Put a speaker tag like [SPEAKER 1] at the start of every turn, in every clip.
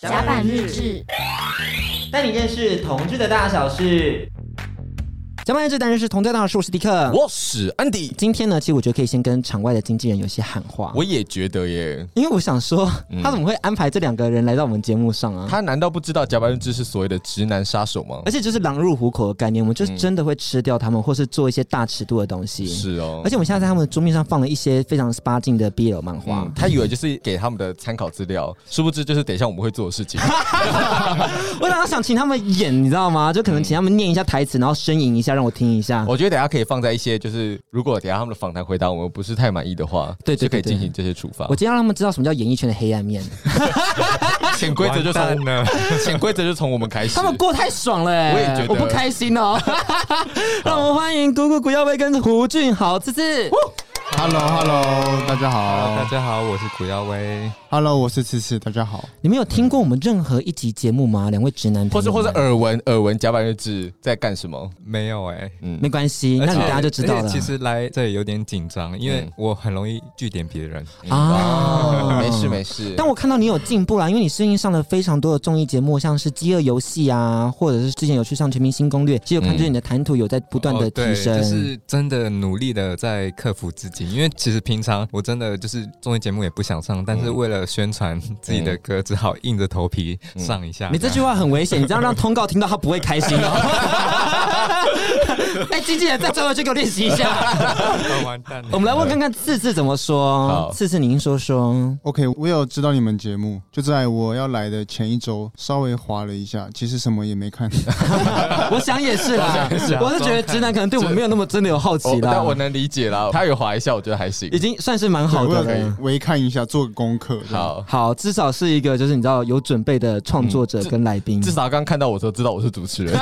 [SPEAKER 1] 甲板日志，
[SPEAKER 2] 带你认识同志的大小事。
[SPEAKER 3] 甲板日志当然是同在大树史迪克。
[SPEAKER 4] 我是安迪，
[SPEAKER 3] 今天呢，其实我觉得可以先跟场外的经纪人有些喊话，
[SPEAKER 4] 我也觉得耶。
[SPEAKER 3] 因为我想说，
[SPEAKER 2] 嗯
[SPEAKER 3] 他怎么会安排这两个人来到我们节目上啊？
[SPEAKER 4] 他难道不知道甲板日志是所谓的直男杀手吗
[SPEAKER 3] 而？且就是狼入虎口的概念，我们就是真的会吃掉
[SPEAKER 2] 嗯
[SPEAKER 3] 他们，或是做一些大尺度的东西。
[SPEAKER 4] 是哦
[SPEAKER 3] 而，且我们现在在他们的桌面上放了一些非常 SPA 禁的 BL 漫画。
[SPEAKER 4] 嗯，他以为就是给他们的参考资料，殊不知就是等一下我们会做的 事情。
[SPEAKER 3] 我想要想请他们演，你知道吗？就可能请他们念一下台词，然后呻吟一下，让我听一下。
[SPEAKER 4] 我觉得等一下可以放在一些，就是如果等一下他们的访谈回答我们不是太满意的话，
[SPEAKER 3] 对对对
[SPEAKER 4] 就可以
[SPEAKER 3] 对
[SPEAKER 4] 进行这些处罚
[SPEAKER 3] 我。今天要让他们知道什么叫演艺圈的黑暗面，
[SPEAKER 4] 潜规则就
[SPEAKER 5] 完蛋
[SPEAKER 4] 从
[SPEAKER 5] 了，
[SPEAKER 4] 潜规则就从我们开始。
[SPEAKER 3] 他们过太爽了、欸，
[SPEAKER 4] 我也觉得
[SPEAKER 3] 我不开心哦。让我们欢迎谷谷谷耀威跟胡俊豪，这次
[SPEAKER 6] Hello Hello，大家
[SPEAKER 5] 大
[SPEAKER 6] 好
[SPEAKER 5] 家好，我是古耀威，
[SPEAKER 6] ，Hello，我是七七，大家好。
[SPEAKER 3] 你们有听过我们任何一集节目吗？两位直男朋友，
[SPEAKER 4] 或是或是耳闻耳闻甲板日志在干什么？
[SPEAKER 5] 没有哎、
[SPEAKER 4] 嗯
[SPEAKER 3] 没，关系，那你
[SPEAKER 5] 而且
[SPEAKER 3] 等下就知道
[SPEAKER 5] 而
[SPEAKER 3] 了
[SPEAKER 5] 且。其实来这里有点紧张，因为
[SPEAKER 4] 嗯
[SPEAKER 5] 我很容易据点别人。
[SPEAKER 3] 啊
[SPEAKER 4] 没事没事。
[SPEAKER 3] 但我看到你有进步啦，因为你最近上了非常多的综艺节目，像是《饥饿游戏》啊，或者是之前有去上《全明星攻略》，其实有看出你的谈吐有在不断的
[SPEAKER 5] 哦对
[SPEAKER 3] 提升。
[SPEAKER 5] 就是真的努力的在克服自己，因为其实平常我真的就是综艺节目也不想上，但是为了宣传自己的歌，只好硬着头皮上一下。
[SPEAKER 3] 嗯你这句
[SPEAKER 5] 样
[SPEAKER 3] 话很危险，你这样让通告听到，他不会开心哦。 哎，经纪人再最后去给我练习一下。
[SPEAKER 5] 哦 完蛋了，
[SPEAKER 3] 我们来问看看次次怎么说
[SPEAKER 4] 好。
[SPEAKER 3] 次次，您说说。
[SPEAKER 6] OK，我有知道你们节目，就在我要来的前一周稍微划了一下，其实什么也没看。
[SPEAKER 3] 我想也是啦，我是觉得直男可能对我们没有那么真的有好奇
[SPEAKER 4] 我
[SPEAKER 3] 啦
[SPEAKER 4] 哦但。我能理解啦，他有划一下，我觉得还行
[SPEAKER 3] 已。经算是蛮好
[SPEAKER 6] 对
[SPEAKER 3] 的
[SPEAKER 6] 我有
[SPEAKER 3] 了。
[SPEAKER 6] 微看一下，做个功课。这样，
[SPEAKER 4] 好，
[SPEAKER 3] 好，至少是一个就是你知道有准备的创作者跟来宾，
[SPEAKER 4] 至少刚看到我都知道我是主 持人。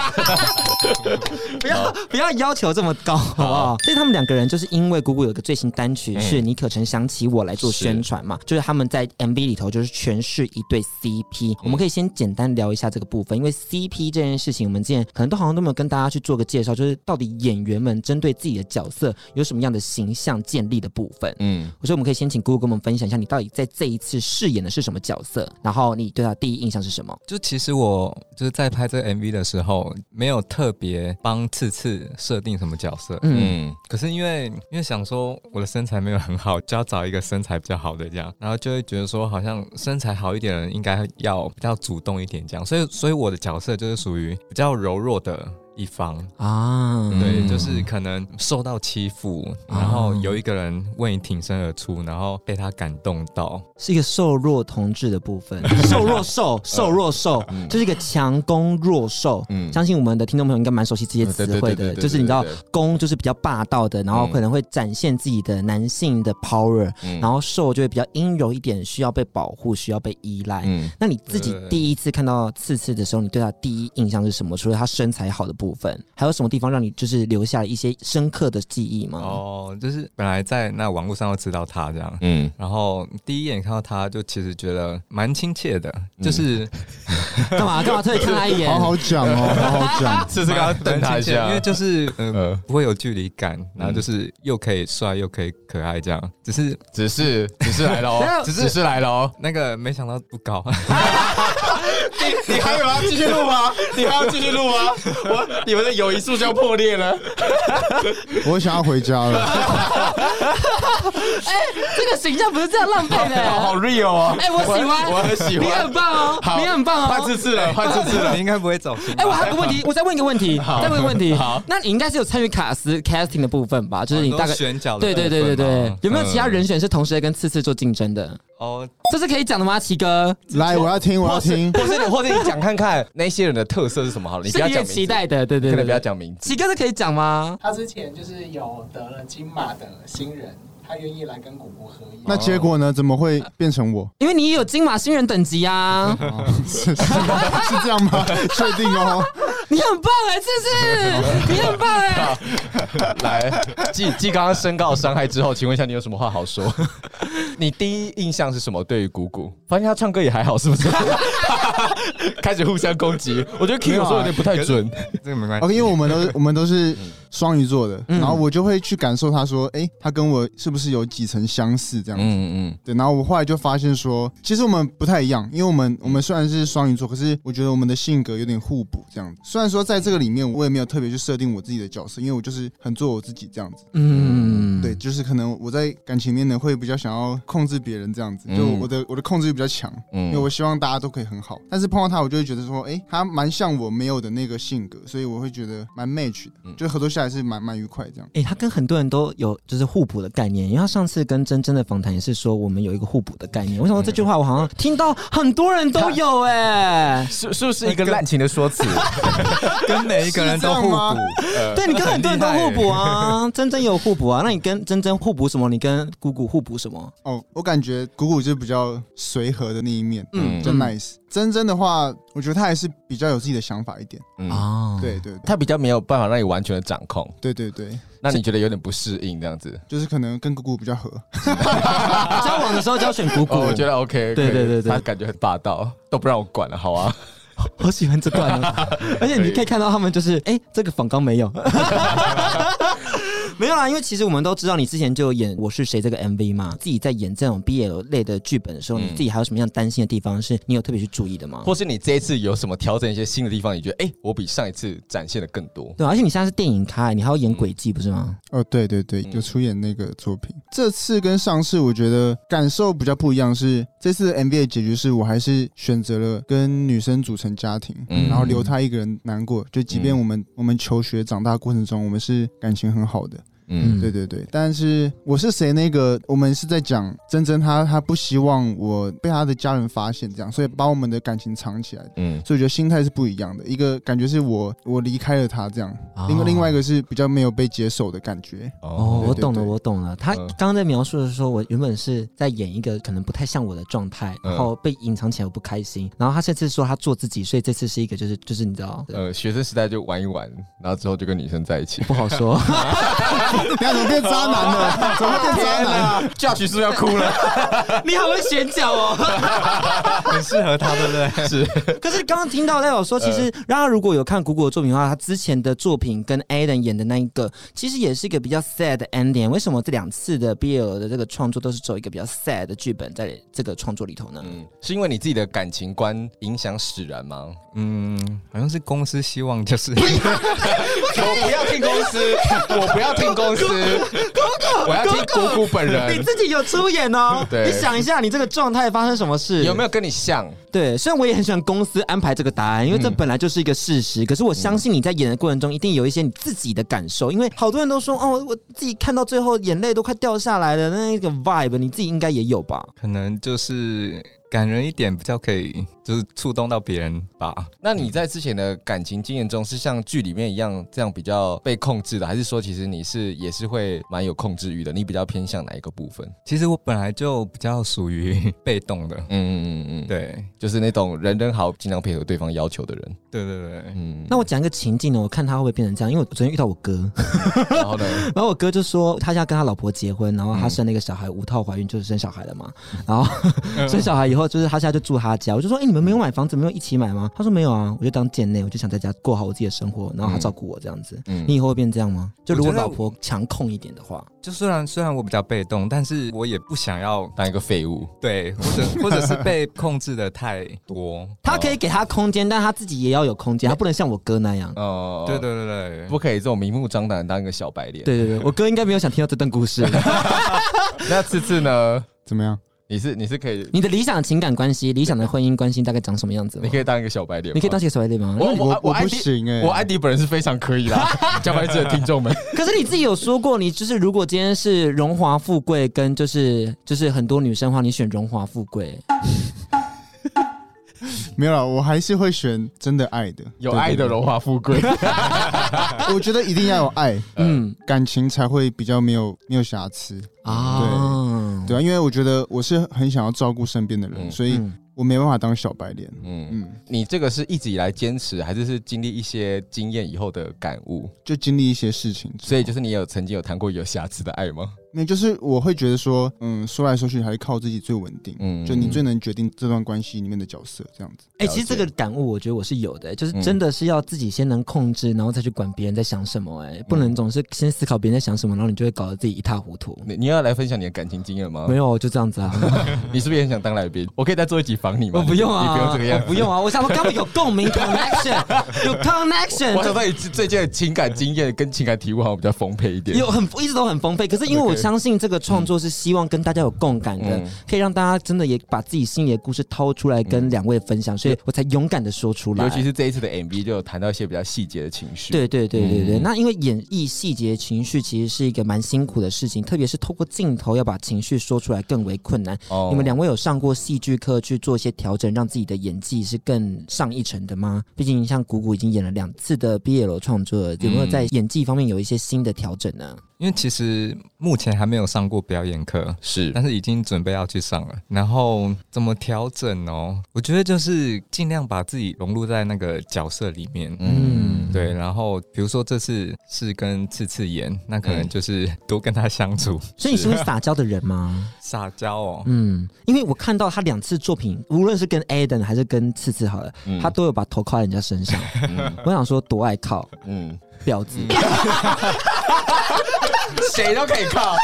[SPEAKER 3] 不要不要要求这么高，好不好？所以他们两个人就是因为姑姑有一个最新单曲、是你可曾想起我来做宣传嘛，就是他们在 MV 里头就是全是一对 CP、我们可以先简单聊一下这个部分，因为 CP 这件事情，我们之前可能都好像都没有跟大家去做个介绍，就是到底演员们针对自己的角色有什么样的形象建立的部分。
[SPEAKER 4] 嗯，
[SPEAKER 3] 我说我们可以先请姑姑跟我们分享一下，你到底在这一次饰演的是什么角色，然后你对他第一印象是什么？
[SPEAKER 5] 就其实我就是在拍这个 MV 的时候，没有特别帮次次设定什么角色，
[SPEAKER 3] 嗯，
[SPEAKER 4] 嗯，
[SPEAKER 5] 可是因为因为想说我的身材没有很好，就要找一个身材比较好的这样，然后就会觉得说好像身材好一点的人应该要比较主动一点这样，所以所以我的角色就是属于比较柔弱的一方，
[SPEAKER 3] 啊，
[SPEAKER 5] 对，
[SPEAKER 4] 嗯
[SPEAKER 5] 就是可能受到欺负，
[SPEAKER 3] 啊
[SPEAKER 5] 然后有一个人为你挺身而出，然后被他感动到，
[SPEAKER 3] 是一个瘦弱同志的部 分，瘦弱瘦瘦弱瘦，就是一个强攻弱受。
[SPEAKER 4] 嗯
[SPEAKER 3] 相信我们的听众朋友应该蛮熟悉这些
[SPEAKER 4] 嗯对
[SPEAKER 3] 词
[SPEAKER 4] 对
[SPEAKER 3] 汇
[SPEAKER 4] 对
[SPEAKER 3] 的，
[SPEAKER 4] 对对
[SPEAKER 3] 就是你知道
[SPEAKER 4] 对对对，
[SPEAKER 3] 攻就是比较霸道的，然后
[SPEAKER 4] 嗯
[SPEAKER 3] 可能会展现自己的男性的 power，
[SPEAKER 4] 嗯
[SPEAKER 3] 然后受就会比较阴柔一点，需要被保护，需要被依赖。
[SPEAKER 4] 嗯，
[SPEAKER 3] 那你自己
[SPEAKER 5] 对
[SPEAKER 3] 第一次看到次次的时候，你对他第一印象是什么？除了他身材好的部分，还有什么地方让你就是留下了一些深刻的记忆
[SPEAKER 4] 嗯
[SPEAKER 3] 吗？
[SPEAKER 5] 哦，就是本来在那网络上都知道他这样。
[SPEAKER 4] 嗯，。
[SPEAKER 5] 然后第一眼看到他，就其实觉得蛮亲切的，就是
[SPEAKER 3] 干嘛干嘛特别看他一眼？
[SPEAKER 6] 好好讲哦，好好讲
[SPEAKER 4] 试试刚刚瞪他一下，
[SPEAKER 5] 因为就是 呃
[SPEAKER 4] 呃
[SPEAKER 5] 不会有距离感，然后
[SPEAKER 3] 嗯
[SPEAKER 5] 就是又可以帅又可以可爱这样，只是
[SPEAKER 4] 只是只是来了 哦，只是只是来了哦。
[SPEAKER 5] 那个没想到不高，
[SPEAKER 4] 你你还有要继续录吗？ 你还要继续录吗？我你们的友谊树就要破裂了。
[SPEAKER 6] 我想要回家了，
[SPEAKER 3] 这个形象不是这样浪费的。
[SPEAKER 4] 好 real 哦！
[SPEAKER 3] 哎我喜欢
[SPEAKER 4] 我很喜
[SPEAKER 3] 你
[SPEAKER 4] 欢
[SPEAKER 3] 很。棒哦，
[SPEAKER 4] 好，
[SPEAKER 3] 你很棒
[SPEAKER 4] 换
[SPEAKER 3] 哦。
[SPEAKER 4] 次次了，换次次了
[SPEAKER 5] 你。应该不会走心
[SPEAKER 3] 哎、。我还有个 问题，我再问一个问题，再问一个问题。
[SPEAKER 4] 好，
[SPEAKER 3] 那你应该是有参与卡斯 casting 的部分吧？就是你大概
[SPEAKER 5] 很多。选角的
[SPEAKER 3] 对对对对
[SPEAKER 5] 部分
[SPEAKER 3] 对
[SPEAKER 5] 嘛，
[SPEAKER 3] 有没有其他
[SPEAKER 5] 嗯
[SPEAKER 3] 人选是同时在跟次次做竞争的？
[SPEAKER 5] 哦？
[SPEAKER 3] 这是可以讲的吗，奇哥？
[SPEAKER 6] 来，我要听，我要听。
[SPEAKER 4] 或是你或者你讲看看那些人的特色是什么好了，你不
[SPEAKER 3] 是
[SPEAKER 4] 要
[SPEAKER 3] 你
[SPEAKER 4] 讲
[SPEAKER 3] 也
[SPEAKER 4] 名字
[SPEAKER 3] 期，待的，对对
[SPEAKER 4] 可
[SPEAKER 3] 对
[SPEAKER 4] 能不要
[SPEAKER 3] 对。
[SPEAKER 4] 讲名字。
[SPEAKER 3] 奇哥是可以讲吗？
[SPEAKER 7] 他之前就是有得了金马的新人，他愿意来跟果果合影。
[SPEAKER 6] 那结果呢？怎么会变成我？
[SPEAKER 3] 因为你也有金马新人等级 啊，
[SPEAKER 6] 是是是这样吗？确定哦。
[SPEAKER 3] 你很棒哎、次 次，你很棒哎、
[SPEAKER 4] 来， 继继刚刚申告伤害之后，请问一下你有什么话好说？ 你第一印象是什么？对于谷谷，发现他唱歌也还好，是不 是？开始互相攻击，我觉得 King 有时候有点不太准。
[SPEAKER 5] 这个没关系。
[SPEAKER 3] 哦
[SPEAKER 6] OK，因为我们都我们都是双鱼座的，
[SPEAKER 3] 嗯
[SPEAKER 6] 然后我就会去感受他说，哎、他跟我是不是有几层相似这样子。
[SPEAKER 4] 嗯嗯
[SPEAKER 6] 对，然后我后来就发现说，其实我们不太一样，因为我们我们虽然是双鱼座，可是我觉得我们的性格有点互补这样子。虽然说在这个里面，我也没有特别去设定我自己的角色，因为我就是很做我自己这样子。
[SPEAKER 3] 嗯，
[SPEAKER 6] 对，，就是可能我在感情面呢会比较想要控制别人这样子，就
[SPEAKER 4] 嗯
[SPEAKER 6] 我的我的控制欲比较强，因为
[SPEAKER 4] 嗯
[SPEAKER 6] 我希望大家都可以很好。但是碰到他，我就会觉得说，哎、他蛮像我没有的那个性格，所以我会觉得蛮 match 的，
[SPEAKER 4] 嗯
[SPEAKER 6] 就合作下来是蛮蛮愉快这样。
[SPEAKER 3] 哎、他跟很多人都有就是互补的概念，因为他上次跟珍珍的访谈也是说我们有一个互补的概念。我想说这句话我好像听到很多人都有哎、
[SPEAKER 4] 是是不是一个滥情的说辞？
[SPEAKER 5] 跟每一个人都互
[SPEAKER 6] 是这样
[SPEAKER 5] 补
[SPEAKER 6] 吗。
[SPEAKER 3] 对你跟很多人都互
[SPEAKER 5] 很厉
[SPEAKER 3] 补啊，珍珍有互补啊，那你跟珍珍互补什么？你跟姑姑互补什么？
[SPEAKER 6] 哦，我感觉谷谷就是比较随和的那一面，
[SPEAKER 4] 嗯
[SPEAKER 6] 嗯，就 nice。珍珍的话，我觉得她还是比较有自己的想法一点，
[SPEAKER 4] 嗯，
[SPEAKER 3] 啊，
[SPEAKER 6] 对对
[SPEAKER 4] 他比较没有办法让你完全的掌控，
[SPEAKER 6] 对对对，
[SPEAKER 4] 那你觉得有点不适应这样子？
[SPEAKER 6] 就是可能跟谷谷比较合，
[SPEAKER 3] 交往的时候就要选姑姑，
[SPEAKER 4] 哦，我觉得
[SPEAKER 3] 对
[SPEAKER 4] OK，可以
[SPEAKER 3] 对对对
[SPEAKER 4] 他感觉很霸道，都不让我管了，好啊，
[SPEAKER 3] 好喜欢这段哦， 而且你可以看到他们就是，哎、这个仿纲没 有。没有啦，因为其实我们都知道，你之前就有演《我是谁》这个 MV 嘛，自己在演这种 BL 类的剧本的时候，你自己还有什么样担心的地方？是你有特别去注意的吗？
[SPEAKER 4] 或是你这一次有什么调整一些新的地方？你觉得哎、诶我比上一次展现的更多？
[SPEAKER 3] 对啊，而且你现在是电影咖，你还要演轨迹，不是吗？
[SPEAKER 6] 哦，对对对，
[SPEAKER 4] 嗯
[SPEAKER 6] 有出演那个作品。这次跟上次我觉得感受比较不一样是，这次的 MV 的结局是我还是选择了跟女生组成家庭，
[SPEAKER 4] 嗯
[SPEAKER 6] 然后留她一个人难过。就即便
[SPEAKER 4] 嗯
[SPEAKER 6] 我们、我们求学长大过程中，我们是感情很好的，
[SPEAKER 4] 嗯
[SPEAKER 3] 嗯
[SPEAKER 6] 对对对。但是我是谁那个，我们是在讲珍珍她她不希望我被她的家人发现这样，所以把我们的感情藏起来。
[SPEAKER 4] 嗯
[SPEAKER 6] 所以我觉得心态是不一样的，一个感觉是我我离开了她这样，另、
[SPEAKER 4] 啊
[SPEAKER 3] 哦
[SPEAKER 6] 外另外一个是比较没有被接受的 感觉。
[SPEAKER 3] 哦，
[SPEAKER 4] 哦
[SPEAKER 3] 我
[SPEAKER 6] 对
[SPEAKER 3] 懂了，
[SPEAKER 6] 对
[SPEAKER 3] 我懂了。他
[SPEAKER 4] 嗯
[SPEAKER 3] 刚刚在描述的时候，我原本是在演一个可能不太像我的状态，
[SPEAKER 4] 嗯
[SPEAKER 3] 然后被隐藏起来，我不开心。然后他这次说他做自己，所以这次是一个就是就是你知道，
[SPEAKER 4] 呃，学生时代就玩一玩，然后之后就跟女生在一 起。
[SPEAKER 3] 不好说。
[SPEAKER 6] 你要怎么变渣男 了？怎么变渣男？
[SPEAKER 4] 啊，Judge 是不是要哭了？
[SPEAKER 3] 你好会选角哦。
[SPEAKER 5] 很适合他，对不 对？
[SPEAKER 4] 是，
[SPEAKER 3] 可是刚刚听到代表说，其实让他如果有看谷谷的作品的话，他之前的作品跟 Aden 演的那一个，其实也是一个比较 sad 的 ending。为什么这两次的 BL 的这个创作都是走一个比较 sad 的剧本在这个创作里头呢？
[SPEAKER 4] 嗯，是因为你自己的感情观影响使然吗？
[SPEAKER 5] 嗯， 好像是公司希望就是
[SPEAKER 4] 我不要听公司， 我不要听公司，我要听姑姑本
[SPEAKER 3] 你
[SPEAKER 4] 人。
[SPEAKER 3] 自己有出演哦，
[SPEAKER 4] 嗯对
[SPEAKER 3] 你想一下，你这个状态发生什么事？
[SPEAKER 4] 有没有跟你像？
[SPEAKER 3] 对，虽然我也很喜欢公司安排这个答案，因为这本来就是一个事实。可是我相信你在演的过程中，一定有一些你自己的感受，因为好多人都说，哦，我自己看到最后眼泪都快掉下来了，那个 vibe 你自己应该也有吧？
[SPEAKER 5] 可能就是感人一点，比较可以就是触动到别人吧。
[SPEAKER 4] 那你在之前的感情经验中，是像剧里面一样这样比较被控制的，还是说其实你是也是会蛮有控制欲的？你比较偏向哪一个部分？
[SPEAKER 5] 其实我本来就比较属于被动的，
[SPEAKER 4] 嗯嗯嗯嗯，，
[SPEAKER 5] 对
[SPEAKER 4] 就是那种人人好，尽量配合对方要求的人。
[SPEAKER 5] 对对对，
[SPEAKER 4] 嗯，
[SPEAKER 3] 那我讲一个情境呢，我看他会不会变成这样？因为我昨天遇到我哥，
[SPEAKER 4] 然后呢？
[SPEAKER 3] 然后我哥就说他要跟他老婆结婚，然后他生了一个小孩，五套怀孕就是生小孩了嘛。然后 生小孩以后，就是他现在就住他家。我就说，哎、你们没有买房子，没有一起买吗？他说没有啊，我就当贱内，我就想在家过好我自己的生活，然后他照顾我这样子。
[SPEAKER 4] 嗯
[SPEAKER 3] 你以后会变这样吗？就如果
[SPEAKER 5] 我觉得
[SPEAKER 3] 老婆强控一点的话，
[SPEAKER 5] 就虽然虽然我比较被动，但是我也不想要
[SPEAKER 4] 当一个废物，
[SPEAKER 5] 对，或者或者是被控制的太多。
[SPEAKER 3] 他可以给他空间，但他自己也要有空间，他不能像我哥那样。
[SPEAKER 4] 哦
[SPEAKER 5] 对，对对对，
[SPEAKER 4] 不可以这种明目张胆地当一个小白脸。，
[SPEAKER 3] 对对对，我哥应该没有想听到这段故事。
[SPEAKER 4] 那次次呢？
[SPEAKER 6] 怎么样？
[SPEAKER 4] 你是你是可以，
[SPEAKER 3] 你的理想情感关系、理想的婚姻关系大概长什么样子吗？
[SPEAKER 4] 你可以当一个小白脸吗，
[SPEAKER 3] 你可以当起个小白脸吗？
[SPEAKER 4] 我我
[SPEAKER 6] 我
[SPEAKER 4] 我
[SPEAKER 6] 我不
[SPEAKER 4] ID
[SPEAKER 6] 行哎、
[SPEAKER 4] 我安迪本人是非常可以 啦，加班制的听众们，
[SPEAKER 3] 可是你自己有说过，你就是如果今天是荣华富贵跟就是就是很多女生的话，你选荣华富贵。
[SPEAKER 6] 没有了，我还是会选真的爱的，
[SPEAKER 4] 有爱的荣华富贵。
[SPEAKER 6] 对。对对 我觉得一定要有爱，
[SPEAKER 3] 嗯
[SPEAKER 6] 感情才会比较没有没有瑕疵，
[SPEAKER 3] 啊，
[SPEAKER 6] 对啊，因为我觉得我是很想要照顾身边的人，
[SPEAKER 4] 嗯
[SPEAKER 6] 所以
[SPEAKER 3] 嗯
[SPEAKER 6] 我没办法当小白脸。
[SPEAKER 4] 嗯，
[SPEAKER 6] 嗯，
[SPEAKER 4] 你这个是一直以来坚持，还是是经历一些经验以后的感悟？
[SPEAKER 6] 就经历一些事情之后，
[SPEAKER 4] 所以就是你有曾经有谈过有瑕疵的爱吗？
[SPEAKER 6] 没有，就是我会觉得说，嗯，说来说去还是靠自己最稳定。
[SPEAKER 4] 嗯
[SPEAKER 6] 就你最能决定这段关系里面的角色，这样子。
[SPEAKER 3] 哎、
[SPEAKER 4] 了
[SPEAKER 3] 其实这
[SPEAKER 4] 解
[SPEAKER 3] 个感悟我觉得我是有的、就是
[SPEAKER 4] 嗯
[SPEAKER 3] 真的是要自己先能控制，然后再去管别人在想什么、哎，不能
[SPEAKER 4] 嗯
[SPEAKER 3] 总是先思考别人在想什么，然后你就会搞得自己一塌糊涂。
[SPEAKER 4] 你你要来分享你的感情经验吗？
[SPEAKER 3] 没有，就这样子啊，
[SPEAKER 4] 你是不是也很想当来宾？我可以再做一集防 你吗？
[SPEAKER 3] 我不用啊，
[SPEAKER 4] 你不用这个样
[SPEAKER 3] 我
[SPEAKER 4] 子。
[SPEAKER 3] 不用啊。我想说，刚刚有共鸣，connection，有 connection，
[SPEAKER 4] 我想到你最近的情感经验跟情感体悟好像比较丰沛一点。
[SPEAKER 3] 有很一直都很丰沛，可是因为我
[SPEAKER 4] OK
[SPEAKER 3] 相信这个创作是希望跟大家有共感的，
[SPEAKER 4] 嗯
[SPEAKER 3] 可以让大家真的也把自己心里的故事掏出来跟两位分享，所以我才勇敢的说出来。
[SPEAKER 4] 尤其是这一次的 MV 就有谈到一些比较细节的情绪。，
[SPEAKER 3] 对对对对
[SPEAKER 4] 嗯
[SPEAKER 3] 对，那因为演绎细节情绪其实是一个蛮辛苦的事情，特别是透过镜头要把情绪说出来更为困难。
[SPEAKER 4] 哦
[SPEAKER 3] 你们两位有上过戏剧课去做一些调整，让自己的演技是更上一层的吗？毕竟像谷谷已经演了两次的 BL 创作，有
[SPEAKER 4] 嗯
[SPEAKER 3] 没有在演技方面有一些新的调整呢？
[SPEAKER 5] 因为其实目前还没有上过表演课，
[SPEAKER 4] 是
[SPEAKER 5] 但是已经准备要去上了。然后怎么调整哦？我觉得就是尽量把自己融入在那个角色里面。
[SPEAKER 3] 嗯，
[SPEAKER 5] 对，然后比如说这次是跟次次演，那可能
[SPEAKER 4] 嗯
[SPEAKER 5] 就是多跟他相处，
[SPEAKER 3] 所以你是会撒娇的人吗？
[SPEAKER 5] 撒娇哦。
[SPEAKER 3] 嗯，因为我看到他两次作品，无论是跟 Aden 还是跟次次好了，
[SPEAKER 4] 嗯
[SPEAKER 3] 他都有把头靠在人家身上。
[SPEAKER 4] 嗯
[SPEAKER 3] 我想说，多爱靠
[SPEAKER 4] 嗯，
[SPEAKER 3] 婊子。
[SPEAKER 4] 谁都可以靠，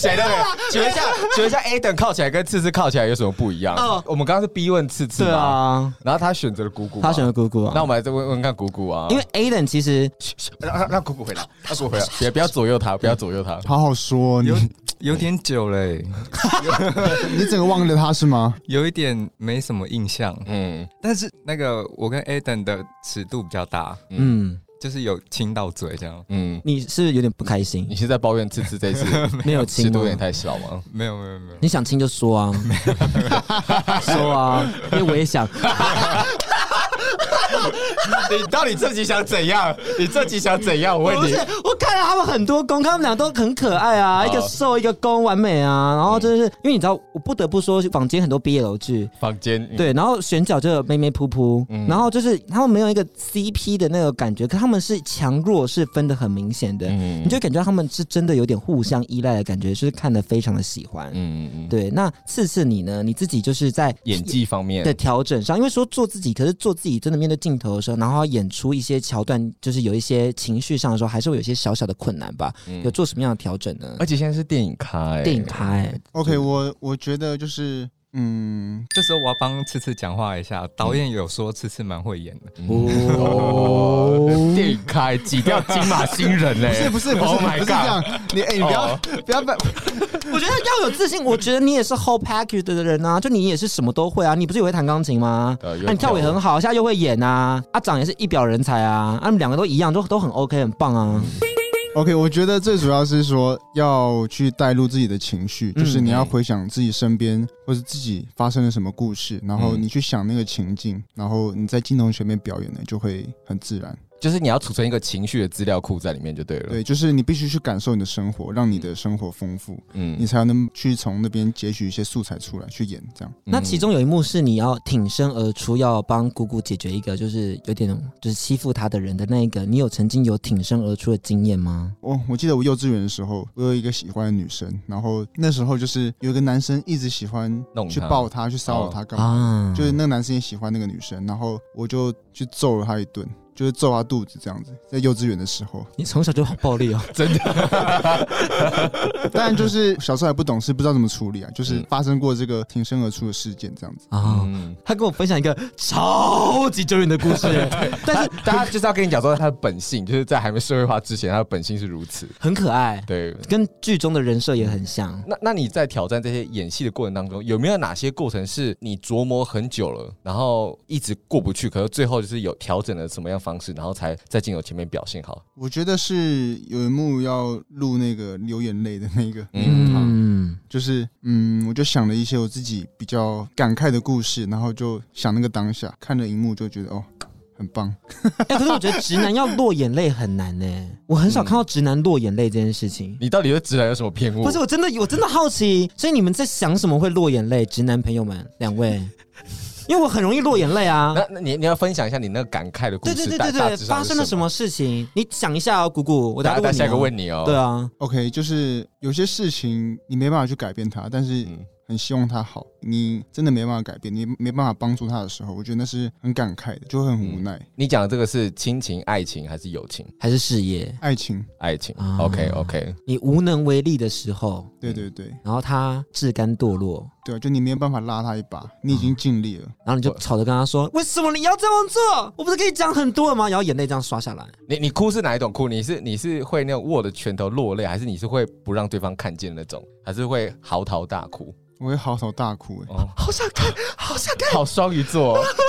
[SPEAKER 4] 谁都可以。 请问一下，请问一下，A 等靠起来跟次次靠起来有什么不一样？
[SPEAKER 3] 哦
[SPEAKER 4] 我们刚刚是逼问次次，
[SPEAKER 3] 对，啊，
[SPEAKER 4] 然后他选择了姑姑，
[SPEAKER 3] 他选了。姑姑啊。
[SPEAKER 4] 那我们来再问问看姑姑啊，
[SPEAKER 3] 因为 Aden 其实
[SPEAKER 4] 让让让姑姑回来，让姑姑回来，别不要左右他，不要左右他。
[SPEAKER 6] 好好说，你
[SPEAKER 5] 有有点久嘞，
[SPEAKER 6] 你整个忘了他是吗？
[SPEAKER 5] 有一点没什么印象。
[SPEAKER 4] 嗯，
[SPEAKER 5] 但是那个我跟 Aden 的尺度比较大，
[SPEAKER 3] 嗯，
[SPEAKER 5] 就是有亲到嘴这样。
[SPEAKER 4] 嗯，
[SPEAKER 3] 你是不是有点不开心
[SPEAKER 4] 你，是在抱怨次次这次
[SPEAKER 3] 没有
[SPEAKER 4] 尺
[SPEAKER 3] 亲
[SPEAKER 4] 度有
[SPEAKER 3] 吗
[SPEAKER 4] 点？太少吗？
[SPEAKER 5] 没有没有
[SPEAKER 4] 嗯
[SPEAKER 5] 没有，
[SPEAKER 3] 你想亲就说啊，说啊，因为我也想。
[SPEAKER 4] 你到底自己想怎样？你自己想怎样？我
[SPEAKER 3] 不是，我看了他们很多公，他们俩都很可爱啊，
[SPEAKER 4] 好
[SPEAKER 3] 一个瘦一个公，完美啊。然后就是因为你知道，我不得不说，坊间很多 BL 剧，
[SPEAKER 4] 房间，嗯，
[SPEAKER 3] 对，然后选角就有妹妹噗噗，
[SPEAKER 4] 嗯
[SPEAKER 3] 然后就是他们没有一个 CP 的那个感觉，可他们是强弱是分得很明显的，
[SPEAKER 4] 嗯
[SPEAKER 3] 你就感觉到他们是真的有点互相依赖的感觉，就是看得非常的喜欢。
[SPEAKER 4] 嗯嗯嗯，
[SPEAKER 3] 对，那次次你呢？你自己就是在
[SPEAKER 4] 演技方面
[SPEAKER 3] 的，调整上，因为说做自己，可是做自己真的面对镜头的时候，然后要演出一些桥段，就是有一些情绪上的时候，还是会有一些小小的困难吧。
[SPEAKER 4] 嗯
[SPEAKER 3] 有做什么样的调整呢？
[SPEAKER 4] 而且现在是电影咖，哎
[SPEAKER 3] 电影拍、欸，
[SPEAKER 6] OK，我我觉得就是，嗯，
[SPEAKER 5] 这时候我要帮次次讲话一下，导演有说次次蛮会演的，
[SPEAKER 4] 嗯哦，电影咖挤掉金马新人嘞，
[SPEAKER 6] 不是不是
[SPEAKER 4] Oh
[SPEAKER 6] 不
[SPEAKER 4] my
[SPEAKER 6] 是
[SPEAKER 4] god
[SPEAKER 6] 这样，你哎、你不要、
[SPEAKER 4] 哦
[SPEAKER 6] 不要把
[SPEAKER 3] 我觉得要有自信。我觉得你也是 whole package 的人啊，就你也是什么都会啊。你不是也会弹钢琴吗？
[SPEAKER 4] 对有
[SPEAKER 3] 啊、你跳舞也
[SPEAKER 4] 跳舞
[SPEAKER 3] 很好，现在又会演啊。阿、长也是一表人才啊。啊，你们两个都一样，都都很 OK，很棒啊。
[SPEAKER 6] OK，我觉得最主要是说要去带入自己的情绪，
[SPEAKER 3] 嗯
[SPEAKER 6] 就是你要回想自己身边或是自己发生了什么故事，然后你去想那个情境，然后你在镜头前面表演呢，就会很自然。
[SPEAKER 4] 就是你要储存一个情绪的资料库在里面就对了。
[SPEAKER 6] 对，就是你必须去感受你的生活，让你的生活丰富，
[SPEAKER 4] 嗯，
[SPEAKER 6] 你才能去从那边截取一些素材出来去演。这样，
[SPEAKER 3] 那其中有一幕是你要挺身而出，要帮姑姑解决一个就是有点就是欺负她的人的那一个，你有曾经有挺身而出的经验吗？
[SPEAKER 6] 我哦我记得我幼稚园的时候，我有一个喜欢的女生，然后那时候就是有一个男生一直喜欢
[SPEAKER 4] 弄
[SPEAKER 6] 去
[SPEAKER 4] 她哦嗯
[SPEAKER 6] 抱她、去骚扰她干嘛的
[SPEAKER 3] 啊，，
[SPEAKER 6] 就是那个男生也喜欢那个女生，然后我就去揍了他一顿，就是揍他肚子这样子，在幼稚园的时候
[SPEAKER 3] 你从小就好暴力哦。
[SPEAKER 6] 当然就是小时候还不懂事，不知道怎么处理啊，就是发生过这个挺身而出的事件这样子。
[SPEAKER 3] 啊，
[SPEAKER 4] 嗯，
[SPEAKER 3] 他跟我分享一个超级久远的故事， 但是
[SPEAKER 4] 嗯大家就是要跟你讲说他的本性，就是在还没社会化之前，他的本性是如此。
[SPEAKER 3] 很可爱，
[SPEAKER 4] 对，
[SPEAKER 3] 跟剧中的人设也很像。
[SPEAKER 4] 那那你在挑战这些演戏的过程当中，有没有哪些过程是你琢磨很久了，然后一直过不去，可是最后就是有调整了什么样方式，然后才在镜头前面表现好？
[SPEAKER 6] 我觉得是有一幕要录那个流眼泪的那个，
[SPEAKER 4] 嗯，
[SPEAKER 3] 嗯，
[SPEAKER 6] 就是嗯，我就想了一些我自己比较感慨的故事，然后就想那个当下，看了荧幕就觉得哦，很棒。
[SPEAKER 3] 哎、可是我觉得直男要落眼泪很难呢、我很
[SPEAKER 4] 嗯
[SPEAKER 3] 少看到直男落眼泪这件事情。
[SPEAKER 4] 你到底对直男有什么偏误？
[SPEAKER 3] 不是，我真的我真的好奇，所以你们在想什么会落眼泪？直男朋友们，两位，因为我很容易落眼泪啊。
[SPEAKER 4] 那那你你要分享一下你那个感慨的故
[SPEAKER 3] 对
[SPEAKER 4] 事，
[SPEAKER 3] 对对
[SPEAKER 4] 大
[SPEAKER 3] 对
[SPEAKER 4] 大
[SPEAKER 3] 对，
[SPEAKER 4] 致上
[SPEAKER 3] 发
[SPEAKER 4] 是
[SPEAKER 3] 生了什么？事情？你想一下哦，姑姑，我
[SPEAKER 4] 大
[SPEAKER 3] 等
[SPEAKER 4] 家下一个
[SPEAKER 3] 你
[SPEAKER 4] 问你哦
[SPEAKER 3] 哦。。对啊，
[SPEAKER 6] OK，就是有些事情你没办法去改变它，但是
[SPEAKER 4] 嗯
[SPEAKER 6] 很希望它好。你真的没办法改变，你没办法帮助他的时候，我觉得那是很感慨的，就会很无奈。
[SPEAKER 4] 你讲的这个是亲情、爱情还是友情？
[SPEAKER 3] 还是事业？
[SPEAKER 6] 爱情，
[SPEAKER 4] 爱情。
[SPEAKER 3] 啊
[SPEAKER 4] OK OK，
[SPEAKER 3] 你无能为力的时候，
[SPEAKER 6] 对对对
[SPEAKER 3] 然后他自甘堕落，
[SPEAKER 6] 对啊，就你没有办法拉他一把，你已经尽力了。
[SPEAKER 3] 然后你就吵着跟他说：“为什么你要这样做？我不是跟你讲很多了吗？”然后眼泪这样刷下来。
[SPEAKER 4] 你你哭是哪一种哭？你是你是会那种握着拳头落泪，还是你是会不让对方看见那种，还是会嚎啕大哭？
[SPEAKER 6] 我会嚎啕大哭、欸，
[SPEAKER 4] 哦，好想看，好想看，好双鱼座、哦。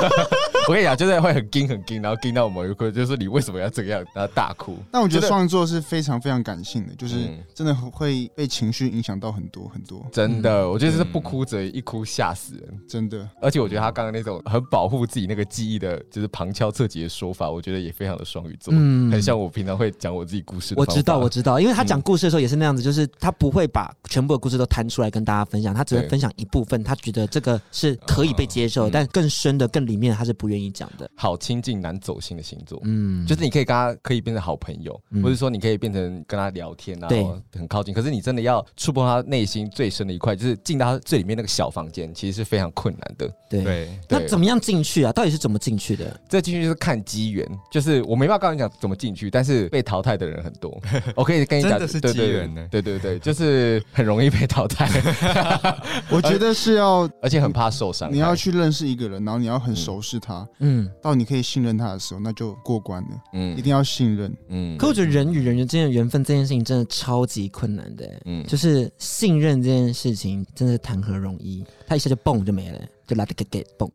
[SPEAKER 4] 我跟你讲，就是会很惊很惊，然后惊到某一刻，就是你为什么要这样，然后大哭。
[SPEAKER 6] 但我觉
[SPEAKER 4] 真的
[SPEAKER 6] 得双鱼座是非常非常感性的，就是
[SPEAKER 4] 嗯
[SPEAKER 6] 真的会被情绪影响到很多很多，
[SPEAKER 4] 真
[SPEAKER 3] 嗯
[SPEAKER 4] 的，我觉得是不哭者一哭吓死人。
[SPEAKER 6] 真的。
[SPEAKER 4] 而且我觉得他刚刚那种很保护自己那个记忆的，就是旁敲侧击的说法，我觉得也非常的双鱼座，
[SPEAKER 3] 嗯
[SPEAKER 4] 很像我平常会讲我自己故事的
[SPEAKER 3] 我
[SPEAKER 4] 方法。
[SPEAKER 3] 知道，我知道，因为他讲故事的时候也是那样子，就是他不会把全部的故事都摊出来跟大家分享，他只会
[SPEAKER 4] 对
[SPEAKER 3] 分享一部分，他觉得这个是可以被接受，
[SPEAKER 4] 嗯
[SPEAKER 3] 但更深的、更里面的他是不愿意讲的。
[SPEAKER 4] 好亲近难走心的星座。
[SPEAKER 3] 嗯，
[SPEAKER 4] 就是你可以跟他可以变成好朋友，
[SPEAKER 3] 嗯
[SPEAKER 4] 或者说你可以变成跟他聊天啊，
[SPEAKER 3] 对
[SPEAKER 4] 然后很靠近。可是你真的要触碰他内心最深的一块，就是进到他最里面那个小房间，其实是非常困难的。
[SPEAKER 3] 对。
[SPEAKER 5] 对，
[SPEAKER 3] 那
[SPEAKER 4] 嗯对啊
[SPEAKER 3] 怎么样进去啊？到底是怎么进去的？
[SPEAKER 4] 这进去就是看机缘，就是我没办法告诉你讲怎么进去，但是被淘汰的人很 多。我可以跟你讲，
[SPEAKER 5] 真的是
[SPEAKER 4] 对对
[SPEAKER 5] 机缘呢
[SPEAKER 4] 对对对，就是很容易被淘汰，
[SPEAKER 6] 我觉得是要
[SPEAKER 4] 而且很怕受伤。
[SPEAKER 6] 你要去认识一个人，然后你要很熟识他，
[SPEAKER 3] 嗯，
[SPEAKER 6] 到你可以信任他的时候，那就过关了。
[SPEAKER 4] 嗯
[SPEAKER 6] 一定要信任，
[SPEAKER 4] 嗯
[SPEAKER 3] 可我觉得人与人之间的缘分这件事情真的超级困难的、
[SPEAKER 4] 嗯
[SPEAKER 3] 就是信任这件事情真的是谈何容易，他一下就蹦就没了，就拉的给给蹦。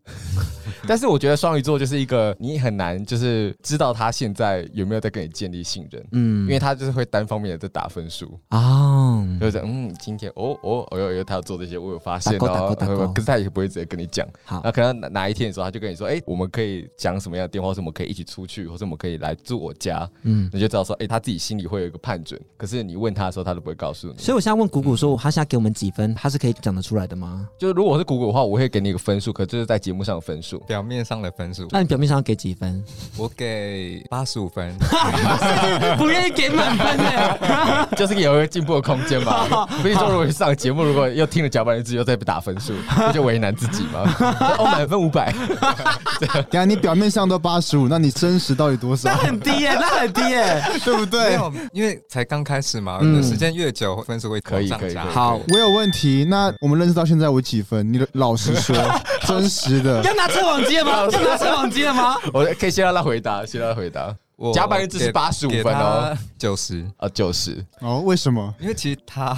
[SPEAKER 4] 但是我觉得双鱼座就是一个你很难就是知道他现在有没有在跟你建立信任，
[SPEAKER 3] 嗯，
[SPEAKER 4] 因为他就是会单方面的在打分数，
[SPEAKER 3] 哦，
[SPEAKER 4] 就是嗯今天哦哦哦哟哟他要做这些，我有发现
[SPEAKER 3] 打勾打勾
[SPEAKER 4] 哦，
[SPEAKER 3] 打勾
[SPEAKER 4] 呃可是他也不会直接跟你讲，
[SPEAKER 3] 好
[SPEAKER 4] 那可能哪哪一天的时候他就跟你说，哎，我们可以讲什么样的电话，或者我们可以一起出去，或者我们可以来住我家，
[SPEAKER 3] 嗯，
[SPEAKER 4] 你就知道说，哎，他自己心里会有一个判准，可是你问他的时候，他都不会告诉你。
[SPEAKER 3] 所以我现在问谷谷说，他现在给我们几分，他是可以讲得出来的吗？
[SPEAKER 4] 就是如果我是谷谷的话，我会给你一个分数，可这是在节目上的分数。
[SPEAKER 5] 表面上的分数，
[SPEAKER 3] 那你表面上要给几分？
[SPEAKER 5] 我给八十五 分。
[SPEAKER 3] 不愿意给满分的。
[SPEAKER 4] 就是有一个进步的空间嘛。所以说，如果上节目，如果又听了搅拌日志，又在被打分数， 不就为难自己吗？ 哦，满分五百，
[SPEAKER 6] 等一下你表面上都八十五，那你真实到底多少
[SPEAKER 3] 那？很低耶、那很低耶、
[SPEAKER 6] 对不
[SPEAKER 5] 没
[SPEAKER 6] 对？
[SPEAKER 5] 有，因为才刚开始嘛，
[SPEAKER 3] 嗯
[SPEAKER 5] 时间越久，分数会
[SPEAKER 4] 可以
[SPEAKER 5] 往
[SPEAKER 4] 可
[SPEAKER 5] 上
[SPEAKER 4] 以
[SPEAKER 5] 加
[SPEAKER 4] 可以
[SPEAKER 3] 好
[SPEAKER 6] 我有问题，那我们认识到现在我几分？你老实说，真实的。
[SPEAKER 3] 要拿测谎机了吗？要拿测谎机了吗？
[SPEAKER 4] 我可以先让他回答，先让他回答。
[SPEAKER 5] 我
[SPEAKER 4] 甲板日志是85分哦，
[SPEAKER 5] 九十。
[SPEAKER 4] 啊，九十，
[SPEAKER 6] 哦，为什么？
[SPEAKER 5] 因为其实他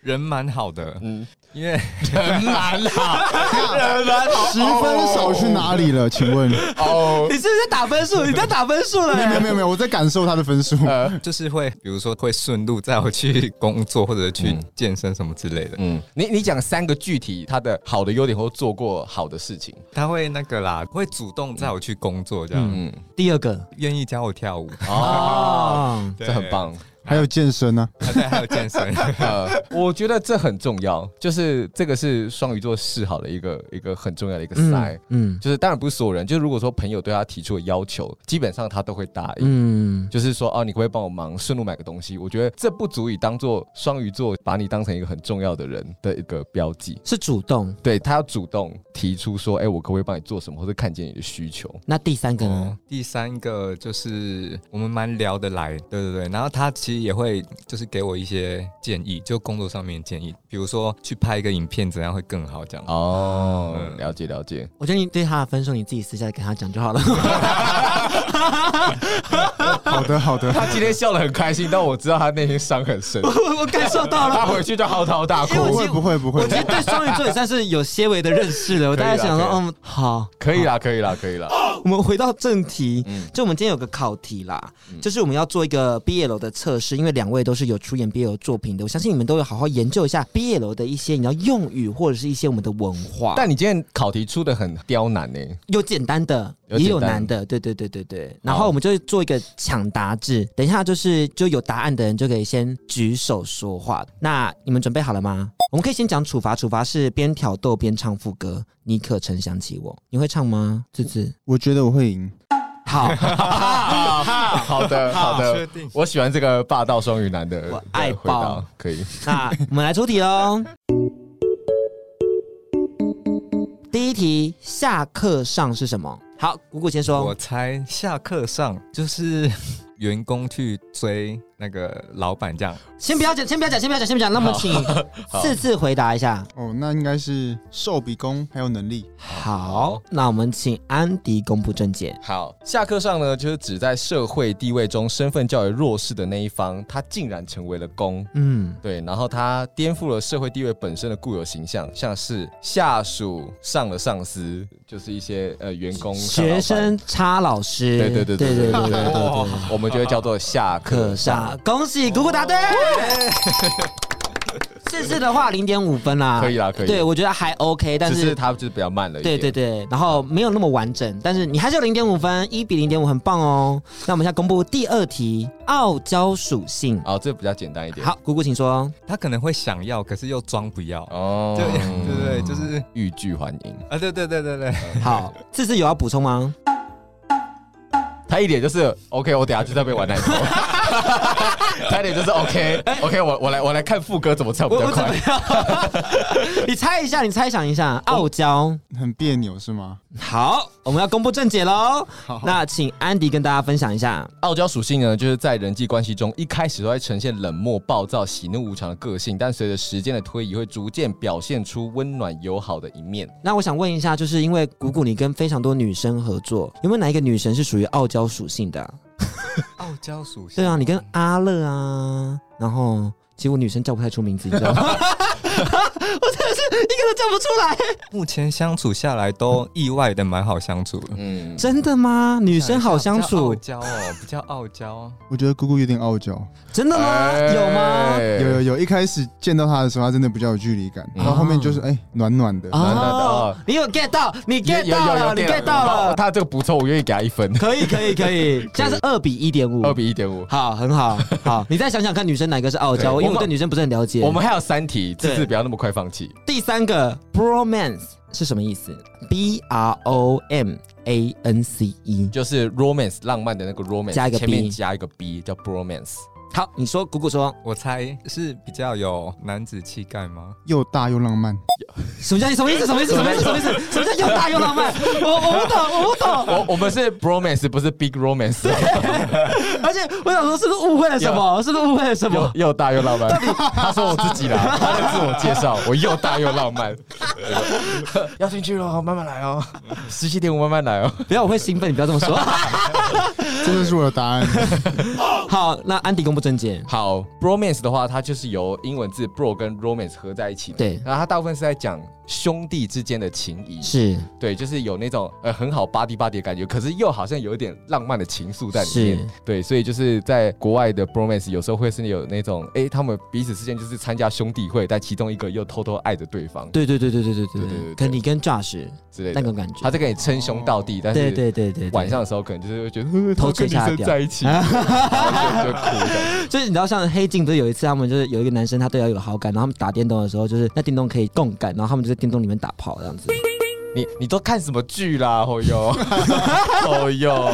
[SPEAKER 5] 人蛮好的，
[SPEAKER 4] 嗯，
[SPEAKER 5] 因为
[SPEAKER 4] 很难啦， 人蛮
[SPEAKER 3] 哦
[SPEAKER 4] 好，
[SPEAKER 6] 十分少去哪里了？请问？没
[SPEAKER 4] 哦
[SPEAKER 3] 你。是不是在打分数？你在打分数了、
[SPEAKER 6] 有没有没有，我在感受他的分数。
[SPEAKER 4] 呃，
[SPEAKER 5] 就是会，比如说会顺路载我去工作或者去
[SPEAKER 4] 嗯
[SPEAKER 5] 健身什么之类的。
[SPEAKER 4] 嗯，你你讲三个具体他的好的优点或做过好的事情，
[SPEAKER 5] 他会那个啦，会主动载我去工作，这样
[SPEAKER 4] 嗯，
[SPEAKER 3] 第二个
[SPEAKER 5] 愿、意教我跳 舞，
[SPEAKER 4] 哦，
[SPEAKER 3] 哦，
[SPEAKER 4] 这很 棒。
[SPEAKER 6] 还有健身呢、
[SPEAKER 5] 对。对，还有 健身，
[SPEAKER 4] 呃，我觉得这很重要，就是这个是双鱼座示好的一个一个很重要的一个 sign。
[SPEAKER 3] 嗯
[SPEAKER 4] 就是当然不是所有人，就是如果说朋友对他提出的要求，基本上他都会答应。
[SPEAKER 3] 嗯，
[SPEAKER 4] 就是说，哦，你可不可以帮我忙，顺路买个东西？我觉得这不足以当做双鱼座把你当成一个很重要的人的一个标记。
[SPEAKER 3] 是主动。
[SPEAKER 4] 对他要主动提出说，哎、我可不可以帮你做什么，或者看见你的需求？
[SPEAKER 3] 那第三个
[SPEAKER 5] 哦
[SPEAKER 4] 嗯
[SPEAKER 3] 呢？，
[SPEAKER 5] 第三个就是我们蛮聊得来，对对对。然后他其实也会就是给我一些建议，就工作上面的建议，比如说去拍一个影片怎样会更好这样。
[SPEAKER 4] 哦，
[SPEAKER 5] 嗯
[SPEAKER 4] 了解了解。
[SPEAKER 3] 我觉得你对他的分数你自己私下跟他讲就好了。
[SPEAKER 6] 好的，好的。
[SPEAKER 4] 他今天笑得很开心，但我知道他内心伤 很深，
[SPEAKER 3] 我我感受到
[SPEAKER 4] 他
[SPEAKER 3] 了。
[SPEAKER 4] 回去就嚎啕大哭
[SPEAKER 3] 因为。
[SPEAKER 6] 不
[SPEAKER 3] 我
[SPEAKER 6] 哦会，不会，不
[SPEAKER 3] 我
[SPEAKER 6] 会
[SPEAKER 3] 其。实对双鱼座也算是有些微的认识了。我大概 想说，
[SPEAKER 4] 可以啦
[SPEAKER 3] 嗯，好，
[SPEAKER 4] 可以啦，可以啦，可以啦。
[SPEAKER 3] 我们回到正题，
[SPEAKER 4] 嗯
[SPEAKER 3] 就我们今天有个考题啦，就是我们要做一个 BL 的测试，因为两位都是有出演 BL 作品的，我相信你们都有好好研究一下 BL 的一些你要用语或者是一些我们的文化。
[SPEAKER 4] 但你今天考题出的很刁难呢、欸
[SPEAKER 3] 有简单的，
[SPEAKER 4] 有
[SPEAKER 3] 也有
[SPEAKER 4] 简单
[SPEAKER 3] 难的，对对对对对。然后我们就做一个抢答制，等一下就是就有答案的人就可以先举手说话。那你们准备好了吗？我们可以先讲处罚，处罚是边挑逗边唱副歌。你可曾想起我？你会唱吗？子子，
[SPEAKER 6] 我觉得我会赢。
[SPEAKER 3] 好， 啊
[SPEAKER 4] 好的，好的，
[SPEAKER 5] 定
[SPEAKER 4] 我喜欢这个霸道双鱼男的
[SPEAKER 3] 我爱
[SPEAKER 4] 回答
[SPEAKER 3] 爆，
[SPEAKER 4] 可以。
[SPEAKER 3] 那我们来出题喽。第一题，下课上是什么？好，姑姑先
[SPEAKER 5] 我
[SPEAKER 3] 说。
[SPEAKER 5] 猜下课上就是员工去追那个老板这样，
[SPEAKER 3] 先不要讲，先不要讲，先不要讲，先不要讲。那么请四次回答一下。
[SPEAKER 6] 哦，那应该是瘦比公还有能力。
[SPEAKER 3] 好，那我们请安迪公布正解。
[SPEAKER 4] 好，下课上呢，就是指在社会地位中身份较为弱势的那一方，他竟然成为了公。
[SPEAKER 3] 嗯，
[SPEAKER 4] 对，然后他颠覆了社会地位本身的固有形象，像是下属上了上司，就是一些呃员工上老
[SPEAKER 3] 学
[SPEAKER 4] 板
[SPEAKER 3] 生差老师，
[SPEAKER 4] 对对对
[SPEAKER 3] 对
[SPEAKER 4] 对对
[SPEAKER 3] 对
[SPEAKER 4] 对
[SPEAKER 3] 对对
[SPEAKER 4] 对，我们就会叫做下
[SPEAKER 3] 可
[SPEAKER 4] 课
[SPEAKER 3] 上
[SPEAKER 4] 上。，
[SPEAKER 3] 恭喜姑姑答对。四次的话零点五分啦，
[SPEAKER 4] 可以啦可以
[SPEAKER 3] 对我觉得还 OK，但
[SPEAKER 4] 只
[SPEAKER 3] 是
[SPEAKER 4] 是他就是比较慢了一
[SPEAKER 3] 对对
[SPEAKER 4] 点。
[SPEAKER 3] 对，然后没有那么完整，但是你还是有零点五分，一比零点五，很棒哦。那我们现在公布第二题，傲娇属性。
[SPEAKER 4] 哦，这比较简单一点。
[SPEAKER 3] 好，姑姑请说。
[SPEAKER 5] 他可能会想要，可是又装不要，
[SPEAKER 4] 哦，
[SPEAKER 5] 对对对，就是
[SPEAKER 4] 欲拒还迎，
[SPEAKER 5] 啊，对对对对对，
[SPEAKER 3] 好，这次有要补充吗？
[SPEAKER 4] 他一脸就是 OK，我等下就在被玩奶头。他一脸就是 OK OK，我我来我来看副歌怎么唱比较快。
[SPEAKER 3] 你猜一下，你猜想一下，傲娇。
[SPEAKER 6] 很别扭是吗？
[SPEAKER 3] 好，我们要公布正解喽。那请安迪跟大家分享一下。
[SPEAKER 4] 傲娇属性呢，就是在人际关系中一开始都会呈现冷漠、暴躁、喜怒无常的个性，但随着时间的推移，会逐渐表现出温暖友好的一面。
[SPEAKER 3] 那我想问一下，就是因为谷谷你跟非常多女生合作，有没有哪一个女神是属于傲娇属性的啊、
[SPEAKER 5] 傲娇属性。
[SPEAKER 3] 对啊，你跟阿乐啊，然后其实我女生叫不太出名字，你知道吗？我真的是一个都叫不出来。
[SPEAKER 5] 目前相处下来都意外的蛮好相处的，
[SPEAKER 4] 嗯，
[SPEAKER 3] 真的吗？女生好相处
[SPEAKER 5] 比，较傲娇哦， 比较傲娇。
[SPEAKER 6] 我觉得姑姑有点傲娇。
[SPEAKER 3] 真的吗？
[SPEAKER 4] 哎
[SPEAKER 3] 有吗？
[SPEAKER 6] 有有有，一开始见到她的时候，她真的比较有距离感，
[SPEAKER 4] 嗯
[SPEAKER 6] 然后后面就是哎、暖暖的。
[SPEAKER 4] 难道
[SPEAKER 3] 哦
[SPEAKER 4] 哦，
[SPEAKER 3] 你有 get 到，你
[SPEAKER 4] 有
[SPEAKER 3] get
[SPEAKER 4] 有
[SPEAKER 3] 到
[SPEAKER 4] 有
[SPEAKER 3] 了，
[SPEAKER 4] 有
[SPEAKER 3] 你
[SPEAKER 4] 点
[SPEAKER 3] get 到了，
[SPEAKER 4] 他这个不错，我愿意给他一分，
[SPEAKER 3] 可以可以可以，现在是二比一点五，
[SPEAKER 4] 二比一点五。
[SPEAKER 3] 好，很好，好，你再想想看，女生哪个是傲娇？
[SPEAKER 4] 对
[SPEAKER 3] 因为
[SPEAKER 4] 我
[SPEAKER 3] 我
[SPEAKER 4] 们
[SPEAKER 3] 对女生不是很了解。
[SPEAKER 4] 我们还有三题，
[SPEAKER 3] 对
[SPEAKER 4] 字字不要那么快放弃。
[SPEAKER 3] 第三个 bromance 是什么意思？B R O M A N C E。
[SPEAKER 4] 就是 romance 浪漫的那个 romance，
[SPEAKER 3] 加一个 B
[SPEAKER 4] 前面加一个 B 叫 bromance。
[SPEAKER 3] 好，你说，姑姑说，
[SPEAKER 5] 我猜是比较有男子气概吗？
[SPEAKER 6] 又大又浪 漫，
[SPEAKER 3] 什么叫什么意思？什么意思？什么意思？什么意思？什么叫又大又浪 漫？我我不懂，我不懂。
[SPEAKER 4] 我我们是 bromance，不是 big romance，
[SPEAKER 3] 而且我想说，是不是误会了什么？是不是误会了什
[SPEAKER 4] 又
[SPEAKER 3] 么？
[SPEAKER 4] 又大又浪漫。他说我自己啦，他在自我介绍，我又大又浪漫。 要进去了，慢慢来哦，十七点五慢慢来哦。
[SPEAKER 3] 不要，我会兴奋，你不要这么 说。
[SPEAKER 6] 这就是我的答 案。
[SPEAKER 3] 好，那安迪公布正解。
[SPEAKER 4] 好，bromance 的话，它就是由英文字 bro 跟 romance 合在一起。
[SPEAKER 3] 对
[SPEAKER 4] 然后它大部分是在讲兄弟之间的情谊，
[SPEAKER 3] 是
[SPEAKER 4] 对，就是有那种呃很好巴迪巴迪的感觉，可是又好像有一点浪漫的情愫在里
[SPEAKER 3] 是
[SPEAKER 4] 面。对，所以就是在国外的 bromance 有时候会是有那种，哎、他们彼此之间就是参加兄弟会，但其中一个又偷偷爱着对方
[SPEAKER 3] 对对对对对对
[SPEAKER 4] 对对
[SPEAKER 3] 对，
[SPEAKER 4] 对
[SPEAKER 3] 跟你跟 Josh
[SPEAKER 4] 之类
[SPEAKER 3] 那
[SPEAKER 4] 的。
[SPEAKER 3] 种感觉
[SPEAKER 4] 他。在跟你称兄道弟，但
[SPEAKER 3] 对
[SPEAKER 4] 是
[SPEAKER 3] 对对对，对
[SPEAKER 4] 晚上的时候可能就是会觉得呃
[SPEAKER 3] 偷吃
[SPEAKER 4] 他跟女
[SPEAKER 3] 下
[SPEAKER 4] 生
[SPEAKER 3] 掉
[SPEAKER 4] 在一 起，然后就就哭这样。
[SPEAKER 3] 所以你知道，像黑镜不是有一次，他们就是有一个男生，他对他有好感，然后他们打电动的时候，就是那电动可以共感，然后他们就在电动里面打炮这样子。
[SPEAKER 4] 你你都看什么剧啦？哦 哟，哦哟，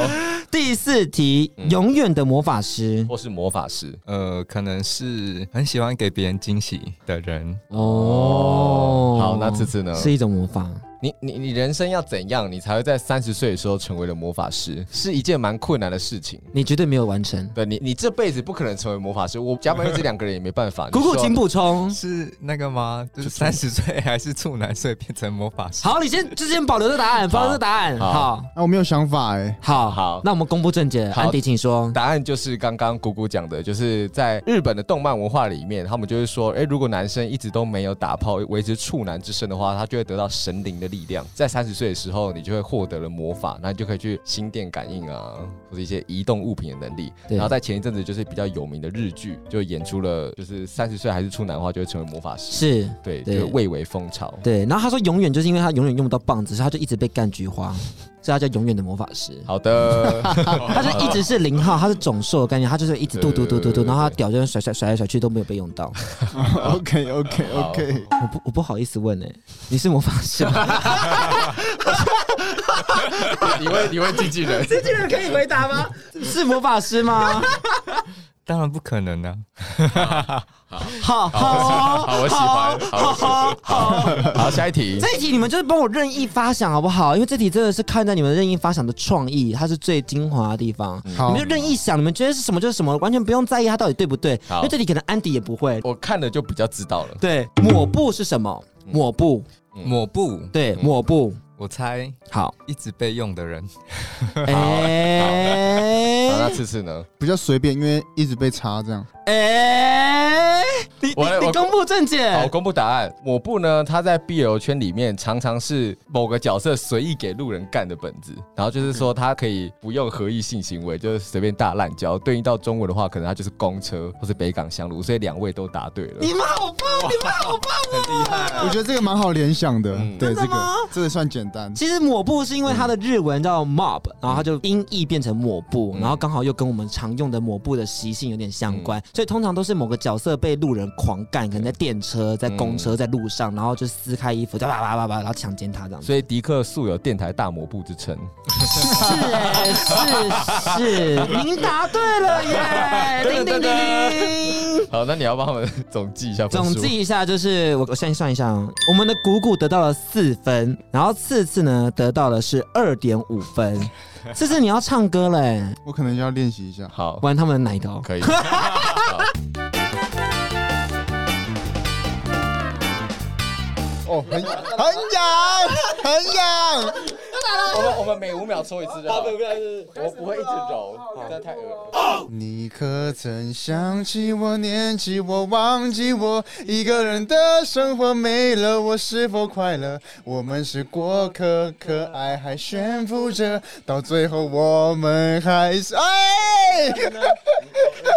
[SPEAKER 3] 第四题，永远的魔法师
[SPEAKER 4] 或是魔法师。
[SPEAKER 5] 呃，可能是很喜欢给别人惊喜的人，
[SPEAKER 3] 哦，
[SPEAKER 4] 好，那这次呢？
[SPEAKER 3] 是一种魔法，
[SPEAKER 4] 你你你人生要怎样，你才会在三十岁的时候成为了魔法师？是一件蛮困难的事情。
[SPEAKER 3] 你绝对没有完成。
[SPEAKER 4] 对你，你这辈子不可能成为魔法师。我加百分之两个人也没办法。
[SPEAKER 3] 姑姑，请
[SPEAKER 4] 不？
[SPEAKER 3] 补充。
[SPEAKER 5] 是那个吗？就是三十岁还是处男岁变成魔法师？
[SPEAKER 3] 好，你先之前保留的答案，保留的答案。
[SPEAKER 4] 好
[SPEAKER 3] 好，
[SPEAKER 6] 啊，我没有想法哎、
[SPEAKER 3] 好，
[SPEAKER 4] 好
[SPEAKER 3] 那我们公布正解，
[SPEAKER 4] 好
[SPEAKER 3] 安迪，请说。
[SPEAKER 4] 答案就是刚刚姑姑讲的，就是在日本的动漫文化里面，他们就会说，哎，如果男生一直都没有打炮，维持处男之身的话，他就会得到神灵的力量。 在三十岁的时候，你就会获得了魔法，那你就可以去心电感应啊，或者一些移动物品的能力。
[SPEAKER 3] 对
[SPEAKER 4] 然后在前一阵子就是比较有名的日剧，就演出了，就是三十岁还是处男的话，就会成为魔法师。
[SPEAKER 3] 是
[SPEAKER 4] 对，
[SPEAKER 3] 对
[SPEAKER 4] 就蔚为风潮。
[SPEAKER 3] 对，然后他说永远就是因为他永远用不到棒子，所以他就一直被干菊花。所以他叫永远的魔法师。
[SPEAKER 4] 好 的，
[SPEAKER 3] 他就一直是零号，他是总兽的概念，他就是一直嘟嘟嘟嘟嘟，
[SPEAKER 4] 对对对对
[SPEAKER 3] 然后他屌就甩甩甩来甩去都没有被用到。
[SPEAKER 6] OK OK OK，
[SPEAKER 3] 我不我不好意思问哎、你是魔法师吗？
[SPEAKER 4] 你会你会经纪人，
[SPEAKER 3] 这个人可以回答吗？是魔法师吗？
[SPEAKER 5] 当然不可能啊！
[SPEAKER 3] 好 好
[SPEAKER 4] 好，我喜欢，好，我喜欢 好，好，下一题，
[SPEAKER 3] 这一题你们就是帮我任意发想好不好？因为这题真的是看在你们任意发想的创意，它是最精华的地方。
[SPEAKER 4] 嗯
[SPEAKER 6] 好
[SPEAKER 3] 你们就任意想，你们觉得是什么就是什么，完全不用在意它到底对不对。
[SPEAKER 4] 好
[SPEAKER 3] 因为这题可能安迪也不会。
[SPEAKER 4] 我看了就比较知道了，
[SPEAKER 3] 对，抹布是什么？抹布，
[SPEAKER 5] 抹布，
[SPEAKER 3] 嗯对，
[SPEAKER 4] 嗯
[SPEAKER 3] 抹布。
[SPEAKER 5] 我猜
[SPEAKER 3] 好，
[SPEAKER 5] 一直被用 的人，
[SPEAKER 3] 哎
[SPEAKER 4] 好，那次次呢？
[SPEAKER 6] 比较随便，因为一直被插这样。
[SPEAKER 3] 哎，你
[SPEAKER 4] 我来
[SPEAKER 3] 你你
[SPEAKER 4] 我
[SPEAKER 3] 公布正解，
[SPEAKER 4] 好，公布答案。抹布呢，他在 BL 圈里面常常是某个角色随意给路人干的本子，然后就是说他可以不用合意性行为，就是随便大滥交。对应到中文的话，可能他就是公车或是北港香炉，所以两位都答对了。
[SPEAKER 3] 你们好棒，你们好棒。
[SPEAKER 6] 我觉得这个蛮好联想的，
[SPEAKER 4] 嗯
[SPEAKER 6] 对
[SPEAKER 3] 真的
[SPEAKER 6] 这
[SPEAKER 3] 吗
[SPEAKER 6] 个这个算简单。
[SPEAKER 3] 其实抹布是因为它的日文叫 mob，、然后它就音译变成抹布，然后刚好又跟我们常用的抹布的习性有点相关，所以通常都是某个角色被路人狂干，可能在电车、在公车、在路上，然后就撕开衣服，叭叭叭叭叭，然后强奸他这 样子。
[SPEAKER 4] 所以迪克素有电台大抹布之称。
[SPEAKER 3] 是哎、是是，您答对了耶！叮叮叮叮。
[SPEAKER 4] 好，那你要帮他们 总计一下分
[SPEAKER 3] 总
[SPEAKER 4] 数。
[SPEAKER 3] 计一下，就是我我先算一下啊，我们的谷谷得到了四分，然后次次呢得到的是二点五分。次次你要唱歌嘞、
[SPEAKER 6] 我可能要练习一下。
[SPEAKER 4] 好，
[SPEAKER 3] 玩他们的奶头。
[SPEAKER 4] 可以。
[SPEAKER 6] 哦， 很很痒， 很痒。
[SPEAKER 4] 我们我们每五秒搓一次就好。我不会一直揉，这太恶了。
[SPEAKER 6] 你可曾想起我，念起我，忘记我，一个人的生活没了，我是否快乐？我们是过客，可爱还悬浮着，到最后我们还是哎。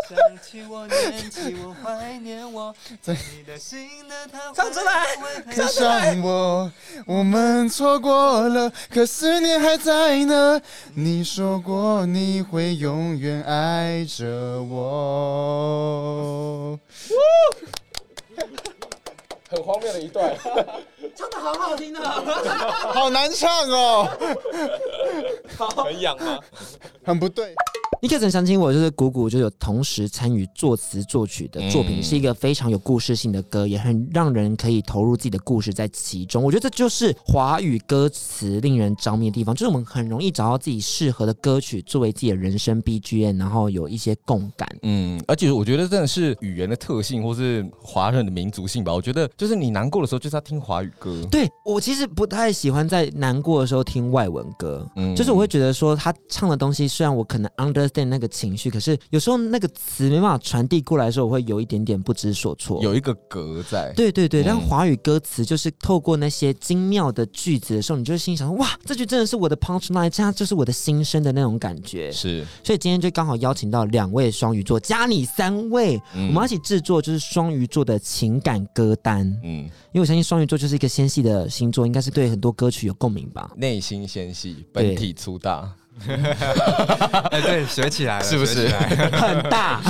[SPEAKER 1] 想起我，念起我，怀念我，你的心呢？它唱出来。
[SPEAKER 6] 爱上我，我们错过了，可思念还在呢。你说过你会永远爱着我。
[SPEAKER 4] 很荒谬的一段。
[SPEAKER 6] 好难唱哦，很痒吗？很不对，
[SPEAKER 3] 尼克曾想起我，就是谷谷就有同时参与作词作曲的作品，
[SPEAKER 4] 嗯
[SPEAKER 3] 是一个非常有故事性的歌，也很让人可以投入自己的故事在其中。我觉得这就是华语歌词令人着迷的地方，就是我们很容易找到自己适合的歌曲作为自己的人生 BGM，然后有一些共感。
[SPEAKER 4] 嗯，而且我觉得真的是语言的特性，或是华人的民族性吧。我觉得就是你难过的时候，就是要听华语歌。
[SPEAKER 3] 对我其实不太喜欢在难过的时候听外文歌，
[SPEAKER 4] 嗯
[SPEAKER 3] 就是我会觉得说他唱的东西，虽然我可能 understand 那个情绪，可是有时候那个词没办法传递过来的时候，我会有一点点不知所措。
[SPEAKER 4] 有一个格在。
[SPEAKER 3] 对对对，但
[SPEAKER 4] 嗯
[SPEAKER 3] 华语歌词就是透过那些精妙的句子的时候，你就会心想说哇，这句真的是我的 punch line，这样就是我的心声的那种感觉。
[SPEAKER 4] 是，
[SPEAKER 3] 所以今天就刚好邀请到两位双鱼座，加你三位，
[SPEAKER 4] 嗯
[SPEAKER 3] 我们要一起制作就是双鱼座的情感歌单。
[SPEAKER 4] 嗯，
[SPEAKER 3] 因为我相信双鱼座就是一个纤细的星座，应该是对很多歌曲有共鸣 吧。
[SPEAKER 4] 内心纤细，
[SPEAKER 3] 对
[SPEAKER 4] 本体粗大，
[SPEAKER 5] 哎，对，学起来了，
[SPEAKER 4] 是不 是
[SPEAKER 5] 学起？来了
[SPEAKER 3] 很大，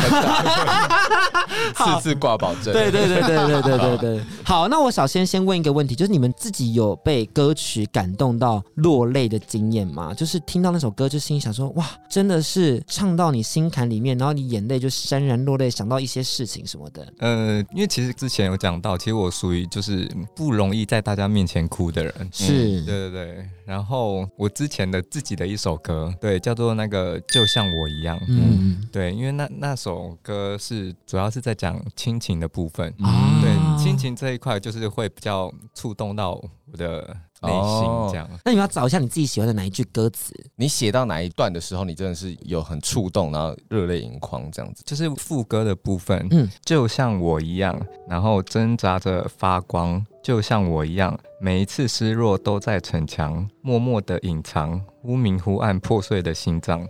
[SPEAKER 4] 次次挂保证。
[SPEAKER 3] 对对对对对对对对。好，那我首先先问一个问题，就是你们自己有被歌曲感动到落泪的经验吗？就是听到那首歌就心里想说，哇，真的是唱到你心坎里面，然后你眼泪就潸然落泪，想到一些事情什么的。
[SPEAKER 5] 呃，因为其实之前有讲到，其实我属于就是不容易在大家面前哭的人。
[SPEAKER 3] 是，
[SPEAKER 5] 对对对，然后我之前的自己的一首歌，对，叫做那个就像我一样，嗯，
[SPEAKER 3] 嗯
[SPEAKER 5] 对，因为那那首歌是主要是在讲亲情的部分，
[SPEAKER 3] 啊
[SPEAKER 5] 对，亲。情这一块就是会比较触动到我的内
[SPEAKER 4] 哦
[SPEAKER 5] 心，这样。
[SPEAKER 3] 那你们要找一下你自己喜欢的哪一句歌词？
[SPEAKER 4] 你写到哪一段的时候，你真的是有很触动，然后热泪盈眶这样子。
[SPEAKER 5] 就是副歌的部分，
[SPEAKER 3] 嗯
[SPEAKER 5] 就像我一样，然后挣扎着发光，就像我一样，每一次失落都在逞强，默默的隐藏，忽明忽暗破碎的心脏。哦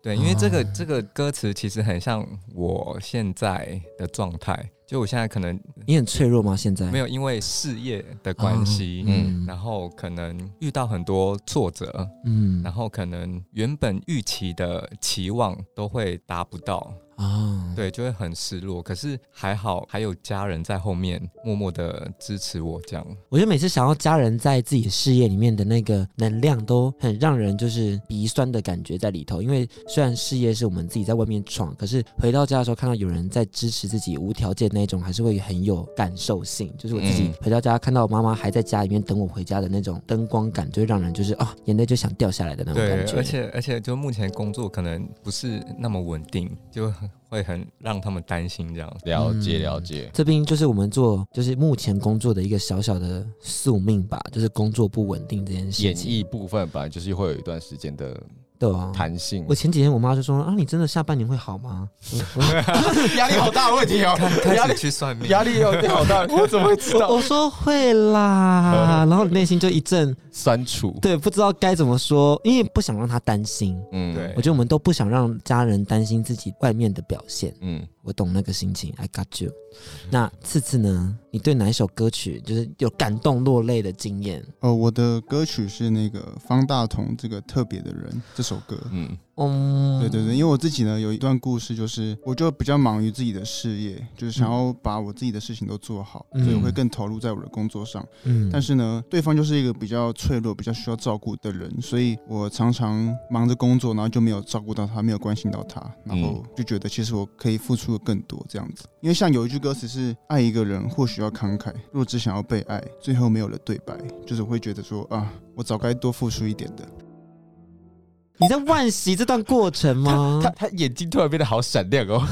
[SPEAKER 5] 对，因为这个、这个歌词其实很像我现在的状态，就我现在可能
[SPEAKER 3] 嗯你很脆弱吗？现在
[SPEAKER 5] 没有因为事业的关系，
[SPEAKER 4] 嗯
[SPEAKER 5] 嗯，然后可能遇到很多挫折，
[SPEAKER 3] 嗯
[SPEAKER 5] 然后可能原本预期的期望都会达不到，
[SPEAKER 3] 啊，
[SPEAKER 5] 对，就会很失落。可是还好还有家人在后面默默的支持我，这样
[SPEAKER 3] 我觉得每次想要家人在自己的事业里面的那个能量，都很让人就是鼻酸的感觉在里头。因为虽然事业是我们自己在外面闯，可是回到家的时候看到有人在支持自己无条件那种，还是会很有感受性。就是我自己
[SPEAKER 4] 嗯
[SPEAKER 3] 回到家看到我妈妈还在家里面等我回家的那种灯光感，就会让人就是啊、眼泪就想掉下来的那种
[SPEAKER 5] 对
[SPEAKER 3] 感，觉。
[SPEAKER 5] 而且而且就目前工作可能不是那么稳定，就很会很让他们担心这样。
[SPEAKER 4] 了解
[SPEAKER 3] 嗯
[SPEAKER 4] 了解。
[SPEAKER 3] 这边就是我们做，就是目前工作的一个小小的宿命吧，就是工作不稳定这件事
[SPEAKER 4] 演
[SPEAKER 3] 情。
[SPEAKER 4] 绎部分本来就是会有一段时间的
[SPEAKER 3] 对啊，
[SPEAKER 4] 弹性
[SPEAKER 3] 我，前几天我妈就说啊，你真的下半年会好吗？我
[SPEAKER 4] 压力好大的问题哦，
[SPEAKER 5] 开
[SPEAKER 4] 压力
[SPEAKER 5] 始去算命，
[SPEAKER 4] 压力有点好大，我怎么会知
[SPEAKER 3] 我
[SPEAKER 4] 道？
[SPEAKER 3] 我说会 啦，然后内心就一阵
[SPEAKER 4] 酸楚，
[SPEAKER 3] 对，不知道该怎么说，因为不想让她担心。
[SPEAKER 4] 嗯
[SPEAKER 5] 对
[SPEAKER 3] 我觉得我们都不想让家人担心自己外面的表现，
[SPEAKER 4] 嗯，
[SPEAKER 3] 我懂那个心情，I got you。那
[SPEAKER 6] 嗯
[SPEAKER 3] 次次呢？你对哪一首歌曲就是有感动落泪的经验？
[SPEAKER 6] 哦，我的歌曲是那个方大同这个特别的人这首歌。
[SPEAKER 4] 嗯
[SPEAKER 3] 嗯，
[SPEAKER 6] 对对对，因为我自己呢有一段故事，就是我就比较忙于自己的事业，就是想要把我自己的事情都做好，
[SPEAKER 3] 嗯
[SPEAKER 6] 所以我会更投入在我的工作上。
[SPEAKER 3] 嗯
[SPEAKER 6] 但是呢，对方就是一个比较脆弱、比较需要照顾的人，所以我常常忙着工作，然后就没有照顾到他，没有关心到他，
[SPEAKER 3] 嗯
[SPEAKER 6] 然后就觉得其实我可以付出的更多这样子。因为像有一句歌词是“爱一个人或许要慷慨，若只想要被爱，最后没有了对白”，就是我会觉得说啊，我早该多付出一点的。
[SPEAKER 3] 你在惋惜这段过程吗
[SPEAKER 4] 他？他眼睛突然变得好闪亮哦，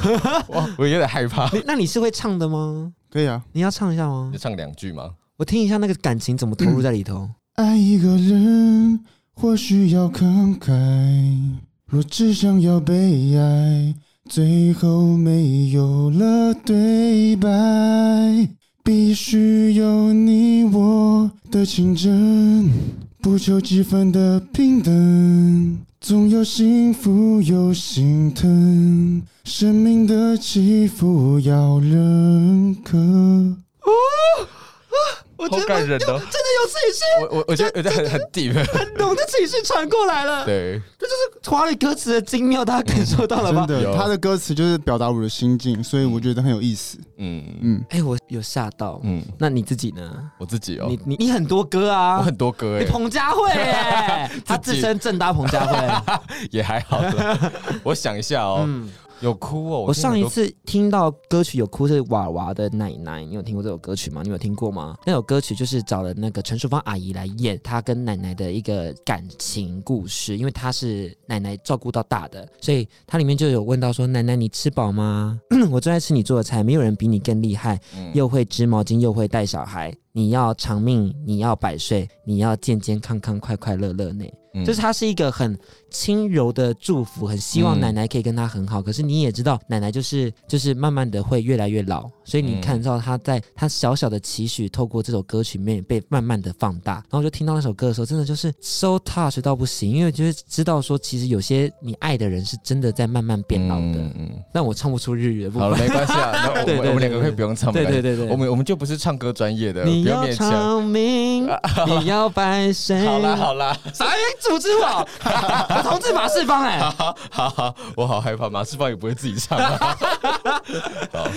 [SPEAKER 4] 哇， 我有点害怕。
[SPEAKER 3] 你那你是会唱的吗？
[SPEAKER 6] 可以啊，
[SPEAKER 3] 你要唱一下吗
[SPEAKER 4] 你？唱两句吗？
[SPEAKER 3] 我听一下那个感情怎么投入在里头。
[SPEAKER 6] 爱一个人或许要慷慨，若只想要被爱，最后没有了对白，必须有你我的情真，不求几分的平等，总有幸福有心疼，生命的起伏要认可。
[SPEAKER 4] 我好感人哦，真的有自己我我我觉得有点很很 deep，
[SPEAKER 3] 懂的情绪传过来了，
[SPEAKER 4] 对，
[SPEAKER 3] 华语歌词的精妙，大家感受到了吧？
[SPEAKER 6] 真的，
[SPEAKER 4] 有
[SPEAKER 6] 他的歌词就是表达我的心境，所以我觉得很有意思。
[SPEAKER 4] 嗯
[SPEAKER 6] 嗯，
[SPEAKER 3] 哎、我有吓到。
[SPEAKER 4] 嗯，
[SPEAKER 3] 那你自己呢？
[SPEAKER 4] 我自己哦
[SPEAKER 3] 你，你你很多歌
[SPEAKER 4] 我
[SPEAKER 3] 啊，
[SPEAKER 4] 很多歌
[SPEAKER 3] 你
[SPEAKER 4] 哎，
[SPEAKER 3] 彭佳慧哎、他
[SPEAKER 4] 自
[SPEAKER 3] 自
[SPEAKER 4] 己
[SPEAKER 3] 称正搭彭佳慧。
[SPEAKER 4] 也还好 啦。我想一下哦，
[SPEAKER 3] 嗯，
[SPEAKER 4] 有哭哦，
[SPEAKER 3] 我上
[SPEAKER 4] 听
[SPEAKER 3] 一
[SPEAKER 4] 很多
[SPEAKER 3] 次听到歌曲有哭是娃娃的奶奶，你有听过这首歌曲吗？你有听过吗？那首歌曲就是找了那个陈淑芳阿姨来演她跟奶奶的一个感情故事，因为她是奶奶照顾到大的，所以它里面就有问到说：“奶奶，你吃饱吗？ 我最爱吃你做的菜，没有人比你更厉害。
[SPEAKER 4] 嗯
[SPEAKER 3] 又会织毛巾，又会带小孩，你要长命，你要百岁，你要健健康康、快快乐乐呢。
[SPEAKER 4] 嗯
[SPEAKER 3] 就是它是一个很轻柔的祝福，很希望
[SPEAKER 4] 嗯
[SPEAKER 3] 奶奶可以跟她很好。可是你也知道，奶奶就是就是慢慢的会越来越老，所以你
[SPEAKER 4] 嗯
[SPEAKER 3] 看到她在她小小的期许，透过这首歌曲里面被慢慢的放大。然后我就听到那首歌的时候，真的就是 so touch 到不行，因为就是知道说，其实有些你爱的人是真的在慢慢变老的。
[SPEAKER 4] 嗯嗯
[SPEAKER 3] 但我唱不出日语的部
[SPEAKER 4] 好
[SPEAKER 3] 分
[SPEAKER 4] 了，。没关系 啊，那
[SPEAKER 3] 对
[SPEAKER 4] 我们
[SPEAKER 3] 对对
[SPEAKER 4] 我们两个可以不用唱，
[SPEAKER 3] 对
[SPEAKER 4] 没关
[SPEAKER 3] 对
[SPEAKER 4] 系
[SPEAKER 3] 对对，
[SPEAKER 4] 我们我们就不是唱歌专业的，呃不
[SPEAKER 3] 你
[SPEAKER 4] 要
[SPEAKER 3] 要
[SPEAKER 4] 勉强。
[SPEAKER 3] 长 命，你要百岁。
[SPEAKER 4] 好啦好啦，
[SPEAKER 3] 啥呀？组织我， 我同志马世芳哎、
[SPEAKER 4] 好好，我好害怕，马世芳也不会自己唱、 啊。好，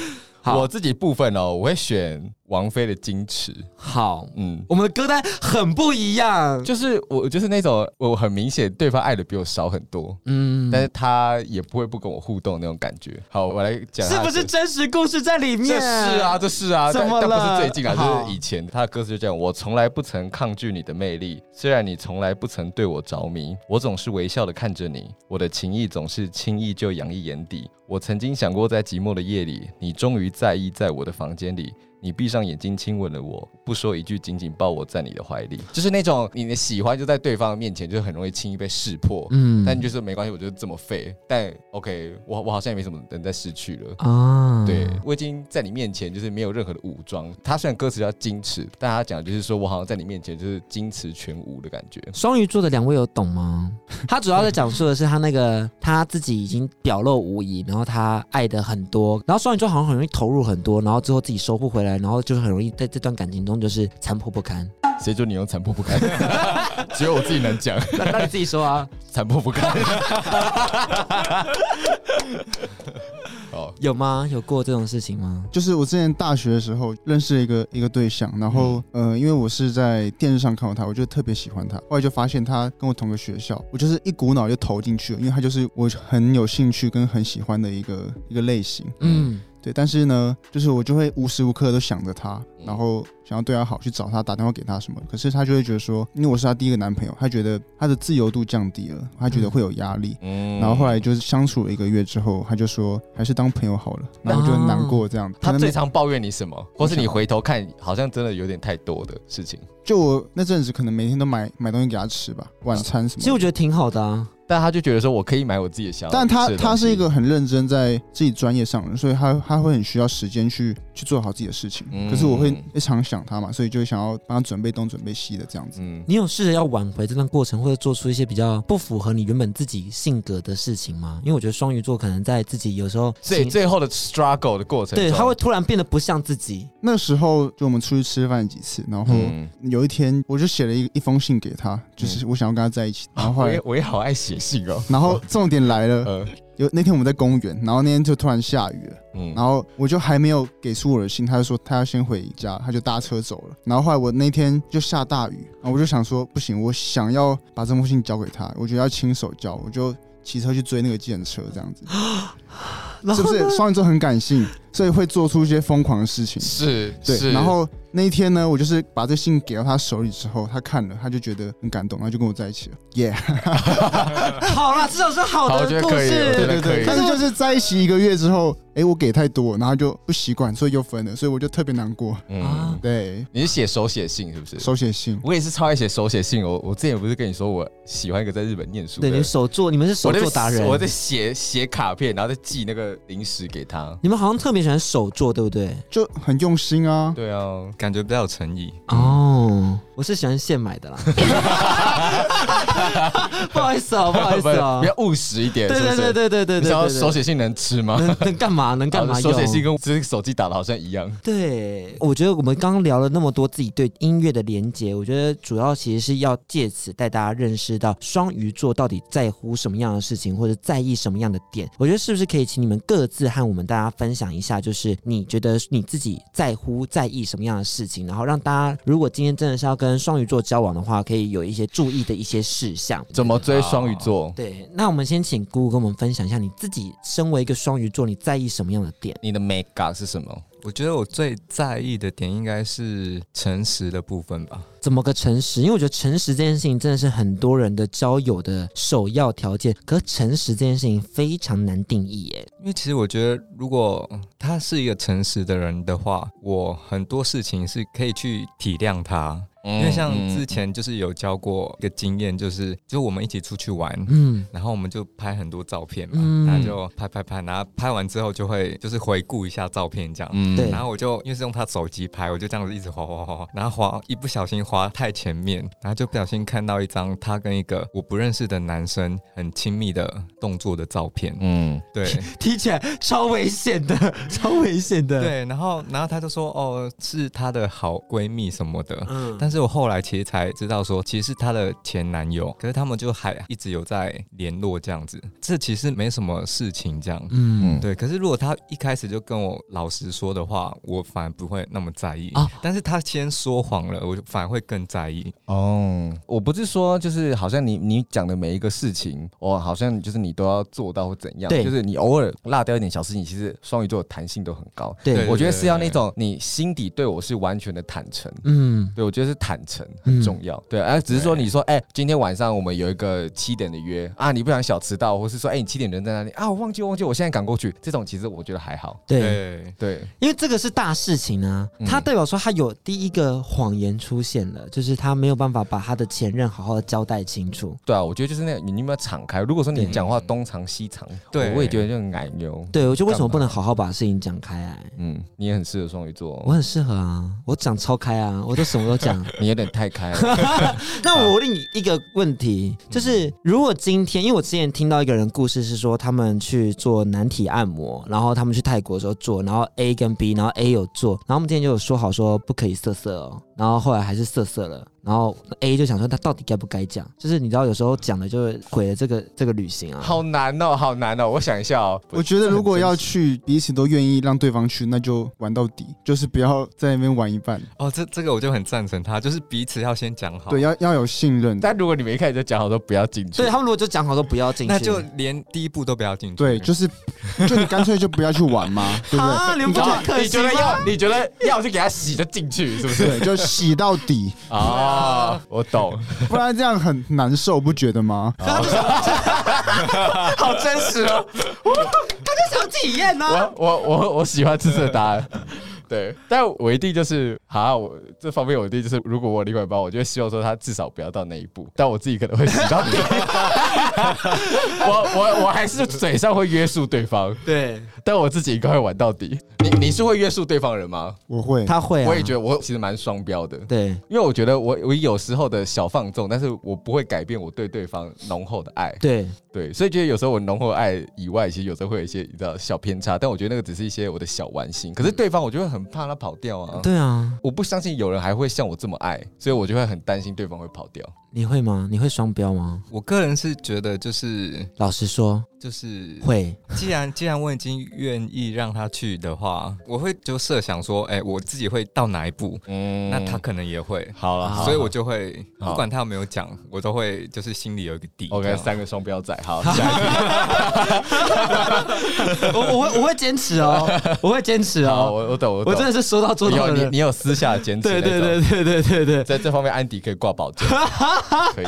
[SPEAKER 3] 好
[SPEAKER 4] 我自己部分哦，我会选王菲的《矜持》。
[SPEAKER 3] 好，
[SPEAKER 4] 嗯，
[SPEAKER 3] 我们的歌单很不一样。
[SPEAKER 4] 就是我就是那种我很明显对方爱的比我少很多，
[SPEAKER 3] 嗯，
[SPEAKER 4] 但是他也不会不跟我互动那种感觉。好，我来讲
[SPEAKER 3] 是
[SPEAKER 4] 她
[SPEAKER 3] 不
[SPEAKER 4] 的歌
[SPEAKER 3] 是真实故事在里
[SPEAKER 4] 这
[SPEAKER 3] 面？
[SPEAKER 4] 是啊，，这是啊，
[SPEAKER 3] 怎
[SPEAKER 4] 但
[SPEAKER 3] 么
[SPEAKER 4] 但不是
[SPEAKER 3] 了
[SPEAKER 4] 最近啊，
[SPEAKER 3] 好
[SPEAKER 4] 就是以前他的歌词就这样：我从来不曾抗拒你的魅力，虽然你从来不曾对我着迷，我总是微笑的看着你，我的情意总是轻易就洋溢眼底。我曾经想过，在寂寞的夜里，你终于在意在我的房间里。你闭上眼睛亲吻了我，不说一句，紧紧抱我在你的怀里，就是那种你的喜欢就在对方面前，就很容易轻易被识破。
[SPEAKER 3] 嗯
[SPEAKER 4] 但就是没关系，我就是这么废。但 OK，我我好像也没什么人在失去了。
[SPEAKER 3] 啊，
[SPEAKER 4] 对，我已经在你面前就是没有任何的武装。他虽然歌词叫矜持，但他讲的就是说我好像在你面前就是矜持全无的感觉。
[SPEAKER 3] 双鱼座的两位有懂吗？他主要在讲述的是他那个他自己已经表露无遗，然后他爱的很多，然后双鱼座好像很容易投入很多，然后之后自己收获回来，然后就是很容易在这段感情中就是残破不堪。
[SPEAKER 4] 谁说你用残破 不堪？只有我自己能讲
[SPEAKER 3] 那那你自己说啊，
[SPEAKER 4] 残破不堪。哦，
[SPEAKER 3] 有吗？有过这种事情吗？
[SPEAKER 6] 就是我之前大学的时候认识了一个一个对象，然后、
[SPEAKER 4] 嗯
[SPEAKER 6] 呃，因为我是在电视上看到他，我就特别喜欢他。后来就发现他跟我同个学校，我就是一股脑就投进去了，因为他就是我很有兴趣跟很喜欢的一个一个类型。
[SPEAKER 3] 嗯，
[SPEAKER 6] 对，但是呢，就是我就会无时无刻都想着他，
[SPEAKER 4] 嗯
[SPEAKER 6] 然后想要对他好，去找他，打电话给他什么的。可是他就会觉得说，因为我是他第一个男朋友，他觉得他的自由度降低了，他觉得会有压力。
[SPEAKER 4] 嗯
[SPEAKER 6] 然后后来就是相处了一个月之后，他就说还是当朋友好了，然后我就很难过这样。
[SPEAKER 4] 嗯
[SPEAKER 6] 可
[SPEAKER 4] 他
[SPEAKER 6] 能
[SPEAKER 4] 最常抱怨你什么？或是你回头看，好像真的有点太多的事情。
[SPEAKER 6] 就我那阵子可能每天都买买东西给他吃吧，晚餐什么的。
[SPEAKER 3] 其实我觉得挺好的啊。
[SPEAKER 4] 但他就觉得说，我可以买我自己的想法。
[SPEAKER 6] 但他他是一个
[SPEAKER 4] 嗯，
[SPEAKER 6] 很认真在自己专业上的人，所以他他会很需要时间去去做好自己的事情。
[SPEAKER 4] 嗯
[SPEAKER 6] 可是我会一常想他嘛，所以就会想要帮他准备东准备西的这样子。
[SPEAKER 4] 嗯，
[SPEAKER 3] 你有试着要挽回这段过程，或者做出一些比较不符合你原本自己性格的事情吗？因为我觉得双鱼座可能在自己有时候
[SPEAKER 4] 最
[SPEAKER 3] 情
[SPEAKER 4] 最后的 struggle 的过程中，
[SPEAKER 3] 对他会突然变得不像自己。
[SPEAKER 6] 那时候就我们出去吃饭几次，然后
[SPEAKER 4] 嗯。
[SPEAKER 6] 有一天我就写了一一封信给他，
[SPEAKER 3] 嗯
[SPEAKER 6] 就是我想要跟他在一起。然后后
[SPEAKER 4] 我
[SPEAKER 6] 来
[SPEAKER 4] 也，我也好爱写信哦。
[SPEAKER 6] 然后重点来了，
[SPEAKER 4] 呃，
[SPEAKER 6] 有那天我们在公园，然后那天就突然下雨了。
[SPEAKER 4] 嗯
[SPEAKER 6] 然后我就还没有给出我的信，他就说他要先回家，他就搭车走了。然后后来我那天就下大雨，然后我就想说不行，我想要把这封信交给他，我觉得要亲手交，我就骑车去追那个计程车，这样子
[SPEAKER 3] 然
[SPEAKER 6] 是
[SPEAKER 3] 后
[SPEAKER 6] 不是？双鱼座很感性，所以会做出一些疯狂的事情。
[SPEAKER 4] 是
[SPEAKER 6] 对，
[SPEAKER 4] 是，
[SPEAKER 6] 然后那一天呢，我就是把这信给到他手里之后，他看了，他就觉得很感动，然后就跟我在一起了，耶、
[SPEAKER 3] 好了，至少是好
[SPEAKER 4] 好，我觉
[SPEAKER 3] 的
[SPEAKER 4] 得
[SPEAKER 3] 故
[SPEAKER 4] 可以，我觉
[SPEAKER 3] 事。
[SPEAKER 4] 得可以
[SPEAKER 6] 但是就是在一起一个月之后，哎，我给太多，然后他就不习惯，所以又分了，所以我就特别难过。
[SPEAKER 3] 啊
[SPEAKER 4] 嗯，
[SPEAKER 6] 对，
[SPEAKER 4] 你是写手写信是不是？
[SPEAKER 6] 手写信。
[SPEAKER 4] 我也是超爱写手写信。我我之前不是跟你说我喜欢一个在日本念书的
[SPEAKER 3] 对，你
[SPEAKER 4] 人，
[SPEAKER 3] 手作，你们是手
[SPEAKER 4] 我在
[SPEAKER 3] 作达人。
[SPEAKER 4] 我在写写卡片，然后再寄那个零食给他。
[SPEAKER 3] 你们好像特别喜欢手作，对不对？
[SPEAKER 6] 就很用心啊。
[SPEAKER 4] 对啊，
[SPEAKER 5] 感觉比较有诚意。
[SPEAKER 3] 哦，我是喜欢现买的啦。不好意思哦，不好意思哦
[SPEAKER 4] 比。较务实一点。
[SPEAKER 3] 对对
[SPEAKER 4] 是不
[SPEAKER 3] 对
[SPEAKER 4] 是
[SPEAKER 3] 对对对
[SPEAKER 4] 你
[SPEAKER 3] 对
[SPEAKER 4] 知道
[SPEAKER 3] 对，
[SPEAKER 4] 手写信能吃吗？
[SPEAKER 3] 能能干嘛？能干嘛
[SPEAKER 4] 好
[SPEAKER 3] 用？
[SPEAKER 4] 手写信跟只是手机打的好像一样。
[SPEAKER 3] 对，我觉得我们刚刚聊了那么多自己对音乐的连接，我觉得主要其实是要借此带大家认识到双鱼座到底在乎什么样的事情，或者在意什么样的点。我觉得是不是可以请你们各自和我们大家分享一下，就是你觉得你自己在乎、在意什么样的事情，然后让大家如果今天真的是要跟双鱼座交往的话，可以有一些注意的一些事项。
[SPEAKER 4] 怎么追双鱼
[SPEAKER 5] 啊
[SPEAKER 4] 座？
[SPEAKER 3] 对，那我们先请姑姑跟我们分享一下，你自己身为一个双鱼座，你在意什么样的点？
[SPEAKER 4] 你的美感是什么？
[SPEAKER 5] 我觉得我最在意的点应该是诚实的部分吧。
[SPEAKER 3] 怎么个诚实？因为我觉得诚实这件事情真的是很多人的交友的首要条件，可是诚实这件事情非常难定义耶。
[SPEAKER 5] 因为其实我觉得，如果他是一个诚实的人的话，我很多事情是可以去体谅他。
[SPEAKER 4] 嗯
[SPEAKER 5] 因为像之前就是有教过一个经验，就是就我们一起出去玩，
[SPEAKER 3] 嗯，
[SPEAKER 5] 然后我们就拍很多照片
[SPEAKER 3] 嗯
[SPEAKER 5] 嘛，那、就拍拍拍，然后拍完之后就会就是回顾一下照片这样。
[SPEAKER 4] 嗯
[SPEAKER 3] 对
[SPEAKER 5] 然后我就因为是用他手机拍，我就这样子一直滑滑滑滑，然后滑一不小心滑太前面，然后就不小心看到一张他跟一个我不认识的男生很亲密的动作的照片。
[SPEAKER 4] 嗯，
[SPEAKER 5] 对
[SPEAKER 3] 听起来超危险的， 超危险的。，
[SPEAKER 5] 对，然后然后他就说哦是她的好闺蜜什么的，
[SPEAKER 3] 嗯，
[SPEAKER 5] 但是我后来其实才知道说，其实是她的前男友，可是他们就还一直有在联络这样子，这其实没什么事情这样。
[SPEAKER 3] 嗯，
[SPEAKER 5] 对，可是如果他一开始就跟我老实说的话，我反而不会那么在意。
[SPEAKER 3] 啊
[SPEAKER 5] 但是他先说谎了，我就反而会更在意。
[SPEAKER 4] 哦，我不是说就是好像你你讲的每一个事情，哦，好像就是你都要做到或怎样，
[SPEAKER 3] 对
[SPEAKER 4] 就是你偶尔落掉一点小事情，其实双鱼座的弹性都很高。
[SPEAKER 3] 对
[SPEAKER 5] 对
[SPEAKER 4] 我觉得是要那种你心底对我是完全的坦诚。
[SPEAKER 3] 嗯，
[SPEAKER 4] 对，我觉得是坦诚
[SPEAKER 6] 嗯
[SPEAKER 4] 很重要。对，哎、只是说你说，哎、今天晚上我们有一个七点的约啊，你不想小迟到，或是说，哎、你七点人在哪里啊？我忘记，我忘记，我现在赶过去。这种其实我觉得还好。
[SPEAKER 3] 对，
[SPEAKER 5] 对，
[SPEAKER 4] 对，
[SPEAKER 3] 因为这个是大事情啊，
[SPEAKER 4] 嗯
[SPEAKER 3] 它代表说他有第一个谎言出现了，就是他没有办法把他的前任好好的交代清楚。
[SPEAKER 4] 对啊，我觉得就是那样，你你有没有敞开？如果说你
[SPEAKER 3] 对
[SPEAKER 4] 讲话东藏西藏，
[SPEAKER 5] 对
[SPEAKER 4] 我我也觉得就很矮牛。
[SPEAKER 3] 对，我就为什么
[SPEAKER 4] 干嘛
[SPEAKER 3] 不能好好把事情讲开来？啊
[SPEAKER 4] 嗯，你也很适合双鱼座、哦。
[SPEAKER 3] 我很适合啊，我讲超开啊，我都什么都讲。
[SPEAKER 4] 你有点太开了。
[SPEAKER 3] 那我问你一个问题，就是如果今天，因为我之前听到一个人故事是说，他们去做男体按摩，然后他们去泰国的时候做，然后 A 跟 B，然后 A 有做，然后我们之前就有说好说不可以色色哦，然后后来还是色色了，然后 A 就想说他到底该不该讲，就是你知道有时候讲了就毁了这个这个旅行啊。
[SPEAKER 4] 好难哦，好难哦，我想一下哦。
[SPEAKER 6] 我觉得如果要去，彼此都愿意让对方去，那就玩到底，就是不要在那边玩一半。
[SPEAKER 5] 哦，这这个我就很赞成他，就是彼此要先讲好。
[SPEAKER 6] 对，要要有信任。
[SPEAKER 4] 但如果你们一开始就讲好说不要进去，
[SPEAKER 3] 所以他们如果就讲好说不要进去，
[SPEAKER 5] 那就连第一步都不要进去。
[SPEAKER 6] 对，就是就你干脆就不要去玩嘛，对不对？
[SPEAKER 3] 啊，你们不觉得可
[SPEAKER 4] 你
[SPEAKER 3] 惜啊
[SPEAKER 4] 觉
[SPEAKER 3] 吗
[SPEAKER 4] 得？要你觉得要就给他洗就进去，是不 是？
[SPEAKER 6] 对，就洗到底，
[SPEAKER 4] 啊，我懂，
[SPEAKER 6] 不然这样很难受，不觉得吗？
[SPEAKER 4] 好真实哦。
[SPEAKER 3] 啊想体验啊呢、
[SPEAKER 4] 我我我我喜欢这次的答 案。对，但我一定就是啊，我这方面我一定就是，如果我有另外一半，我就会希望说他至少不要到那一步，但我自己可能会洗到 你。我我我还是嘴上会约束对方，
[SPEAKER 3] 对，
[SPEAKER 4] 但我自己应该会玩到底。你你是会约束对方的人吗？
[SPEAKER 6] 我会，
[SPEAKER 3] 他会、啊，
[SPEAKER 4] 我也觉得我其实蛮双标的，
[SPEAKER 3] 对。
[SPEAKER 4] 因为我觉得我我有时候的小放纵，但是我不会改变我对对方浓厚的爱。
[SPEAKER 3] 对，
[SPEAKER 4] 对，所以觉得有时候我浓厚爱以外，其实有时候会有一些你知道小偏差，但我觉得那个只是一些我的小玩心。可是对方，我就会很怕他跑掉啊。
[SPEAKER 3] 嗯对啊，
[SPEAKER 4] 我不相信有人还会像我这么爱，所以我就会很担心对方会跑掉。
[SPEAKER 3] 你会吗？你会双标吗？
[SPEAKER 5] 我个人是觉得就是
[SPEAKER 3] 老实说，
[SPEAKER 5] 就是
[SPEAKER 3] 会。
[SPEAKER 5] 既然既然我已经愿意让他去的话，我会就设想说，哎、我自己会到哪一步，
[SPEAKER 4] 嗯，
[SPEAKER 5] 那他可能也会，
[SPEAKER 4] 好了，好
[SPEAKER 5] 所以我就会
[SPEAKER 4] 好
[SPEAKER 5] 不管他有没有讲，我都会就是心里有一个底。这
[SPEAKER 4] OK
[SPEAKER 5] 样
[SPEAKER 4] 三个双标仔，好，下一个
[SPEAKER 3] 我我会我会坚持哦，我会坚持
[SPEAKER 4] 好，
[SPEAKER 3] 哦，
[SPEAKER 4] 我我懂，我
[SPEAKER 3] 我
[SPEAKER 4] 懂。
[SPEAKER 3] 真的是说到做
[SPEAKER 4] 你
[SPEAKER 3] 到
[SPEAKER 4] 有
[SPEAKER 3] 的
[SPEAKER 4] 你
[SPEAKER 3] 人。
[SPEAKER 4] 你有私下的坚持，
[SPEAKER 3] 对对对，对对对对。
[SPEAKER 4] 在这方面安迪可以挂保证，可以。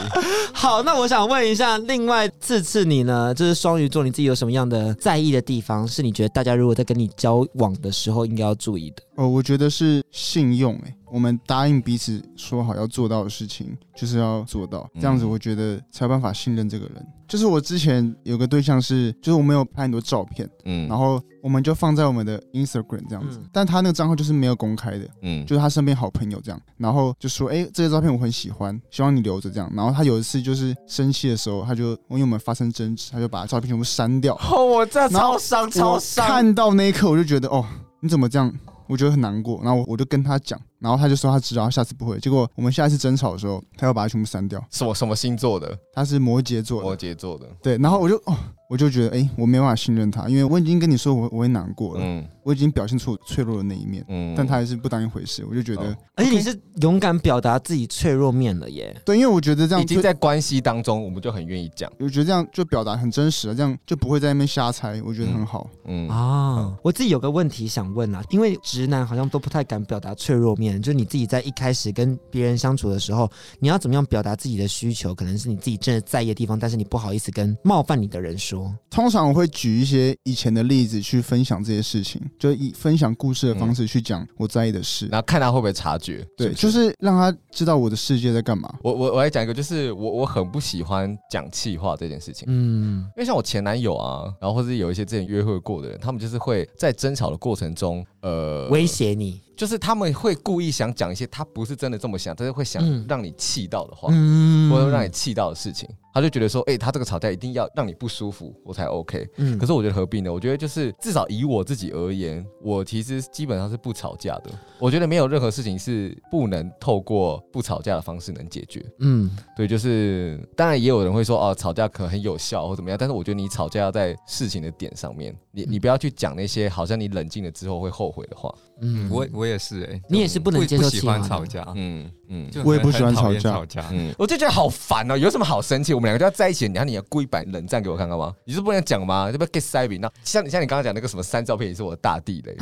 [SPEAKER 3] 好，那我想问一下，另外次次你呢，就是双鱼座，你自己有什么样的在意的地方？是你觉得大家如果在跟你交往的时候应该要注意的？
[SPEAKER 6] 哦，我觉得是信用、欸，我们答应彼此说好要做到的事情，就是要做到，这样子我觉得才有办法信任这个人。就是我之前有个对象是，就是我们有拍很多照片，
[SPEAKER 4] 嗯
[SPEAKER 6] 然后我们就放在我们的 Instagram 这样子，
[SPEAKER 3] 嗯
[SPEAKER 6] 但他那个账号就是没有公开的，
[SPEAKER 4] 嗯
[SPEAKER 6] 就是他身边好朋友这样，然后就说，哎、这些照片我很喜欢，希望你留着这样。然后他有一次就是生气的时候，他就因为我们发生争执，他就把照片全部删掉。
[SPEAKER 4] 哦，我这
[SPEAKER 6] 然
[SPEAKER 4] 超
[SPEAKER 6] 后
[SPEAKER 4] 伤，
[SPEAKER 6] 我
[SPEAKER 4] 超伤。
[SPEAKER 6] 看到那一刻，我就觉得哦，你怎么这样？我觉得很难过。然后我我就跟他讲，然后他就说他知道，他下次不会。结果我们下一次争吵的时候，他又把它全部删掉。
[SPEAKER 4] 什么什么星座的？
[SPEAKER 6] 他是摩羯座
[SPEAKER 4] 摩
[SPEAKER 6] 的，
[SPEAKER 4] 羯座的。
[SPEAKER 6] 对。然后我就哦，我就觉得哎、我没办法信任他，因为我已经跟你说我我会难过了，
[SPEAKER 4] 嗯
[SPEAKER 6] 我已经表现出我脆弱的那一面，
[SPEAKER 4] 嗯
[SPEAKER 6] 但他还是不当一回事。我就觉得、
[SPEAKER 4] 哦
[SPEAKER 3] 而且你是勇敢表达自己脆弱面了耶。
[SPEAKER 6] 对，因为我觉得这样
[SPEAKER 4] 已经
[SPEAKER 6] 对。
[SPEAKER 4] 在关系当中，我们就很愿意讲。
[SPEAKER 6] 我觉得这样就表达很真实啊了，这样就不会在那边瞎猜，我觉得很好。
[SPEAKER 4] 嗯
[SPEAKER 3] 啊，我自己有个问题想问啊，因为直男好像都不太敢表达脆弱面，就你自己在一开始跟别人相处的时候，你要怎么样表达自己的需求？可能是你自己真的在意的地方，但是你不好意思跟冒犯你的人说。
[SPEAKER 6] 通常我会举一些以前的例子去分享这些事情，就以分享故事的方式去讲我在意的事。
[SPEAKER 4] 然后看他会不会察觉。嗯
[SPEAKER 6] 对，
[SPEAKER 4] 不
[SPEAKER 6] 就是让他知道我的世界在干嘛。
[SPEAKER 4] 我我我来讲一个，就是我我很不喜欢讲气话这件事情。
[SPEAKER 3] 嗯，
[SPEAKER 4] 因为像我前男友啊，然后或是有一些之前约会过的人，他们就是会在争吵的过程中，呃，
[SPEAKER 3] 威胁你。
[SPEAKER 4] 就是他们会故意想讲一些他不是真的这么想，但是会想
[SPEAKER 3] 嗯
[SPEAKER 4] 让你气到的话，
[SPEAKER 3] 嗯
[SPEAKER 4] 或者哦让你气到的事情，他就觉得说，哎、他这个吵架一定要让你不舒服，我才 OK。
[SPEAKER 3] 嗯
[SPEAKER 4] 可是我觉得何必呢？我觉得就是至少以我自己而言，我其实基本上是不吵架的。我觉得没有任何事情是不能透过不吵架的方式能解决。
[SPEAKER 3] 嗯，
[SPEAKER 4] 对，就是当然也有人会说哦，吵架可能很有效或怎么样，但是我觉得你吵架要在事情的点上面，你你不要去讲那些好像你冷静了之后会后悔的话。
[SPEAKER 3] 嗯，
[SPEAKER 5] 我我也是哎、
[SPEAKER 3] 你也是不能接受
[SPEAKER 5] 不喜欢
[SPEAKER 3] 气话
[SPEAKER 5] 吵
[SPEAKER 3] 的
[SPEAKER 5] 架，
[SPEAKER 4] 嗯嗯
[SPEAKER 5] 就
[SPEAKER 6] 我也不喜欢
[SPEAKER 5] 很讨厌
[SPEAKER 6] 吵架
[SPEAKER 5] 吵架。
[SPEAKER 4] 嗯，我就觉得好烦哦，有什么好生气？我们两个就要在一起，然后你要故意摆冷战给我看看吗？你是不能讲吗？要不要 get 塞饼？那像你像你刚刚讲那个什么删照片也是我的大地雷，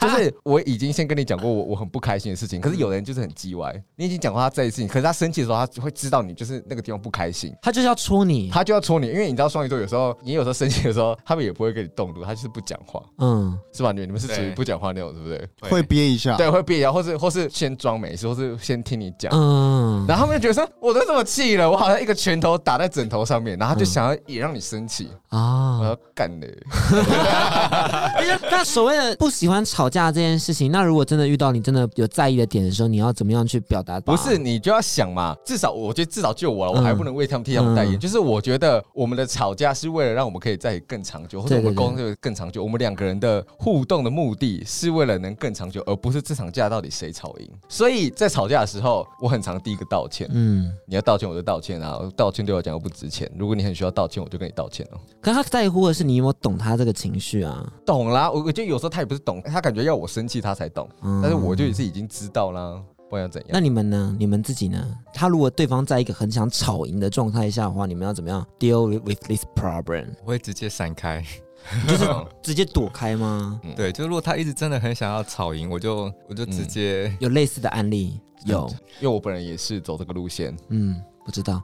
[SPEAKER 4] 就是我已经先跟你讲过我我很不开心的事情，可是有的人就是很叽歪，你已经讲过他在意的事情，可是他生气的时候他会知道你就是那个地方不开心，
[SPEAKER 3] 他就是要戳你。
[SPEAKER 4] 他就要戳你，因为你知道双鱼座有时候也有时候生气的时候，他们也不会跟你动怒，他就是不讲话，
[SPEAKER 3] 嗯，
[SPEAKER 4] 是吧？你们你们是属于
[SPEAKER 5] 对
[SPEAKER 4] 不讲话那种，对不对？
[SPEAKER 6] 会憋一下，
[SPEAKER 4] 对，会憋一下，或是或是先装没事，或是先听你讲。
[SPEAKER 3] 嗯，
[SPEAKER 4] 然后他们就觉得说，我都这么气了，我好像一个拳头打在枕头上面，然后他就想要也让你生气，我
[SPEAKER 3] 啊，
[SPEAKER 4] 要干嘞。
[SPEAKER 3] 那所谓的不喜欢吵架这件事情，那如果真的遇到你真的有在意的点的时候，你要怎么样去表达吧？
[SPEAKER 4] 不是你就要想嘛，至少我觉得至少就我了，我还不能为他们替他们代言。
[SPEAKER 3] 嗯
[SPEAKER 4] 就是我觉得我们的吵架是为了让我们可以在一起更长久，或者
[SPEAKER 3] 对
[SPEAKER 4] 我
[SPEAKER 3] 对
[SPEAKER 4] 们
[SPEAKER 3] 对
[SPEAKER 4] 工作更长久。我们两个人的互动的目的是为了能更长久，而不是这场架到底谁吵赢。所以在吵架的时候，我很常第一个道歉。
[SPEAKER 3] 嗯，
[SPEAKER 4] 你要道歉，我就道歉啊！道歉对我来讲又不值钱。如果你很需要道歉，我就跟你道歉哦。
[SPEAKER 3] 可他在乎的是你有没有懂他这个情绪啊？
[SPEAKER 4] 懂啦，我我觉得有时候他也不是懂，他感觉要我生气他才懂，
[SPEAKER 3] 嗯
[SPEAKER 4] 但是我就是已经知道啦，不然要怎样？
[SPEAKER 3] 那你们呢？你们自己呢？他如果对方在一个很想吵赢的状态下的话，你们要怎么样 deal with, with this problem？
[SPEAKER 5] 我会直接闪开。
[SPEAKER 3] 就是直接躲开吗？
[SPEAKER 4] 嗯
[SPEAKER 5] 对，就如果他一直真的很想要吵赢，我就我就直接、
[SPEAKER 4] 嗯
[SPEAKER 3] 有类似的案例？有，
[SPEAKER 4] 因为我本人也是走这个路线，
[SPEAKER 3] 嗯，不知 道。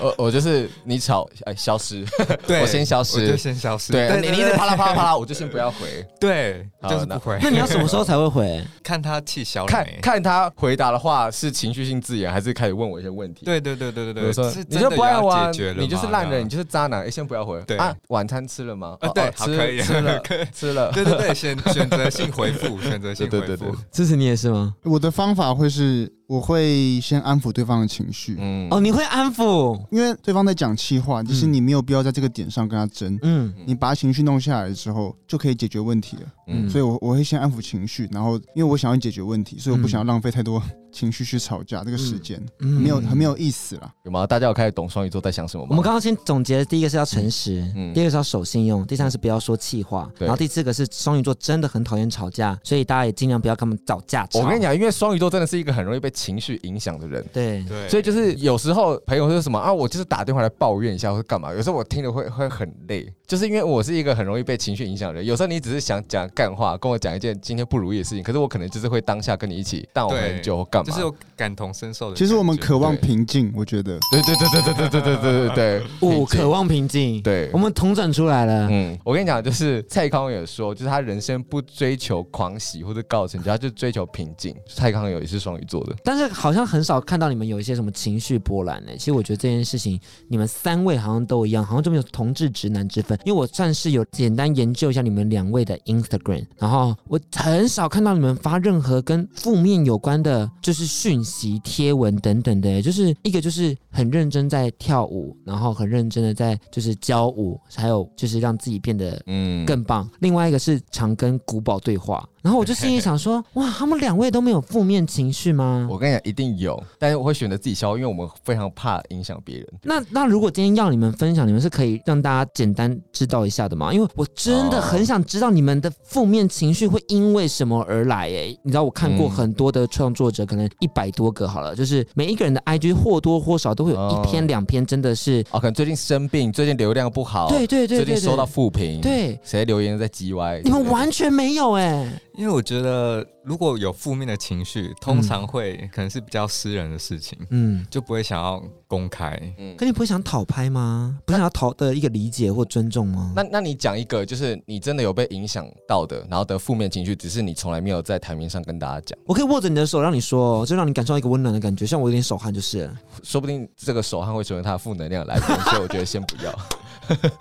[SPEAKER 4] 我我就是你吵，哎，消失，
[SPEAKER 5] 对
[SPEAKER 4] 我先消
[SPEAKER 5] 我就
[SPEAKER 4] 失。
[SPEAKER 5] 先消失。
[SPEAKER 4] 对，你
[SPEAKER 5] 对
[SPEAKER 4] 你一直啪啦啪啦啪啦，我就先不要回。
[SPEAKER 5] 对，
[SPEAKER 4] 好
[SPEAKER 5] 就是
[SPEAKER 4] 那
[SPEAKER 5] 不回。
[SPEAKER 3] 那你要什么时候才会回？
[SPEAKER 5] 看他气消了
[SPEAKER 4] 看
[SPEAKER 5] 没
[SPEAKER 4] 看他回答的话是情绪性字眼，还是开始问我一些问题？，
[SPEAKER 5] 对对对对
[SPEAKER 4] 比
[SPEAKER 5] 对
[SPEAKER 4] 如
[SPEAKER 5] 对，
[SPEAKER 4] 说
[SPEAKER 5] 是
[SPEAKER 4] 你
[SPEAKER 5] 真
[SPEAKER 4] 就
[SPEAKER 5] 的
[SPEAKER 4] 不爱
[SPEAKER 5] 有
[SPEAKER 4] 我啊，
[SPEAKER 5] 要解决了吗，
[SPEAKER 4] 你就是烂人，你
[SPEAKER 5] 就
[SPEAKER 4] 就是渣男，哎，先不要回。
[SPEAKER 5] 对
[SPEAKER 4] 啊，晚餐吃了吗？
[SPEAKER 5] 呃
[SPEAKER 4] 哦
[SPEAKER 5] 对
[SPEAKER 4] 哦
[SPEAKER 5] 好可以
[SPEAKER 4] 吃吃了 吃了。
[SPEAKER 5] 对对对，选选择性回复，选择性
[SPEAKER 4] 对对对
[SPEAKER 5] 回
[SPEAKER 4] 对
[SPEAKER 5] 复，，
[SPEAKER 3] 支持你也是吗？
[SPEAKER 6] 我的方法会是，我会先安抚对方的情绪，
[SPEAKER 4] 嗯
[SPEAKER 3] 哦，你会安抚，
[SPEAKER 6] 因为对方在讲气话，就是你没有必要在这个点上跟他争。
[SPEAKER 3] 嗯
[SPEAKER 6] 你把情绪弄下来之后，就可以解决问题了。
[SPEAKER 3] 嗯，
[SPEAKER 6] 所以我我会先安抚情绪，然后因为我想要解决问题，所以我
[SPEAKER 3] 嗯
[SPEAKER 6] 不想要浪费太多 情绪去吵架这个时间，
[SPEAKER 3] 以
[SPEAKER 6] 没有很没有意思啦。
[SPEAKER 4] 有吗？大家有开始懂双鱼座在想什么吗？
[SPEAKER 3] 嗯我们刚刚先总结了，第一个是要诚实，
[SPEAKER 4] 嗯
[SPEAKER 3] 第二个是要守信用，第三个是不要说气话，
[SPEAKER 4] 对
[SPEAKER 3] 然后第四个是双鱼座真的很讨厌吵架，所以大家也尽量不要跟他们吵架吵。
[SPEAKER 4] 我跟你，讲，因为双鱼座真的是一个很容易被情绪影响的人。
[SPEAKER 3] 对，
[SPEAKER 5] 对，
[SPEAKER 4] 所以就是有时候朋友说什么啊，我就是打电话来抱怨一下或者干嘛，有时候我听了会会很累，就是因为我是一个很容易被情绪影响的人。有时候你只是想讲干话，跟我讲一件今天不如意的事情，可是我可能就是会当下跟你一起但我
[SPEAKER 5] 对
[SPEAKER 4] 很久或干嘛。
[SPEAKER 5] 就是有感同身受的感觉。
[SPEAKER 6] 其实我们渴望
[SPEAKER 4] 对
[SPEAKER 6] 平静，我觉得
[SPEAKER 4] 对对对对对对对对对对对，
[SPEAKER 3] 五
[SPEAKER 4] 理解
[SPEAKER 3] 渴望平静，
[SPEAKER 4] 对
[SPEAKER 3] 我。们同整出来了。
[SPEAKER 4] 嗯，我跟你讲，就是蔡康永也说，就是他人生不追求狂喜或者高成就，他就追求平静。蔡康永也是双鱼座的，
[SPEAKER 3] 但是好像很少看到你们有一些什么情绪波澜呢、欸其实我觉得这件事情，你们三位好像都一样，好像就没有同志直男之分。因为我算是有简单研究一下你们两位的 Instagram，然后我很少看到你们发任何跟负面有关的，就是讯息、贴文等等的、就是一个就是很认真在跳舞，然后很认真的在就是教舞，还有就是让自己变得
[SPEAKER 4] 嗯，
[SPEAKER 3] 更棒。另外一个是常跟古堡对话，然后我就心里想 说，哇，他们两位都没有负面情绪吗？
[SPEAKER 4] 我跟你讲，一定有，但是我会选择自己消化，因为我们非常怕影响别人。
[SPEAKER 3] 那那如果今天要你们分享，你们是可以让大家简单知道一下的吗？因为我真的很想知道你们的负面情绪会因为什么而来、诶，你知道我看过
[SPEAKER 4] 嗯
[SPEAKER 3] 很多的创作者，可能一百多个好了，就是每一个人的 IG 或多或少都会有一篇
[SPEAKER 4] 哦
[SPEAKER 3] 两篇真的是，
[SPEAKER 4] 哦，可能最近生病，最近流量不好，
[SPEAKER 3] 对对对对
[SPEAKER 4] 哦最近收到
[SPEAKER 3] 对，
[SPEAKER 4] 负评，，
[SPEAKER 3] 对
[SPEAKER 4] 谁留言在叽歪？
[SPEAKER 3] 你们
[SPEAKER 4] 对
[SPEAKER 3] 完全没有哎、诶
[SPEAKER 5] 因为我觉得如果有负面的情绪，通常会可能是比较私人的事情，
[SPEAKER 3] 嗯。
[SPEAKER 5] 就不会想要公开。
[SPEAKER 3] 可你不会想讨拍吗？不是想要讨的一个理解或尊重吗？
[SPEAKER 4] 那那你讲一个，就是你真的有被影响到的，然后的负面情绪，只是你从来没有在台面上跟大家讲，
[SPEAKER 3] 我可以握着你的手，让你说哦，就让你感受到一个温暖的感觉，像我有点手汗就是了。
[SPEAKER 4] 说不定这个手汗会成为他的负能量来源，所以我觉得先不要。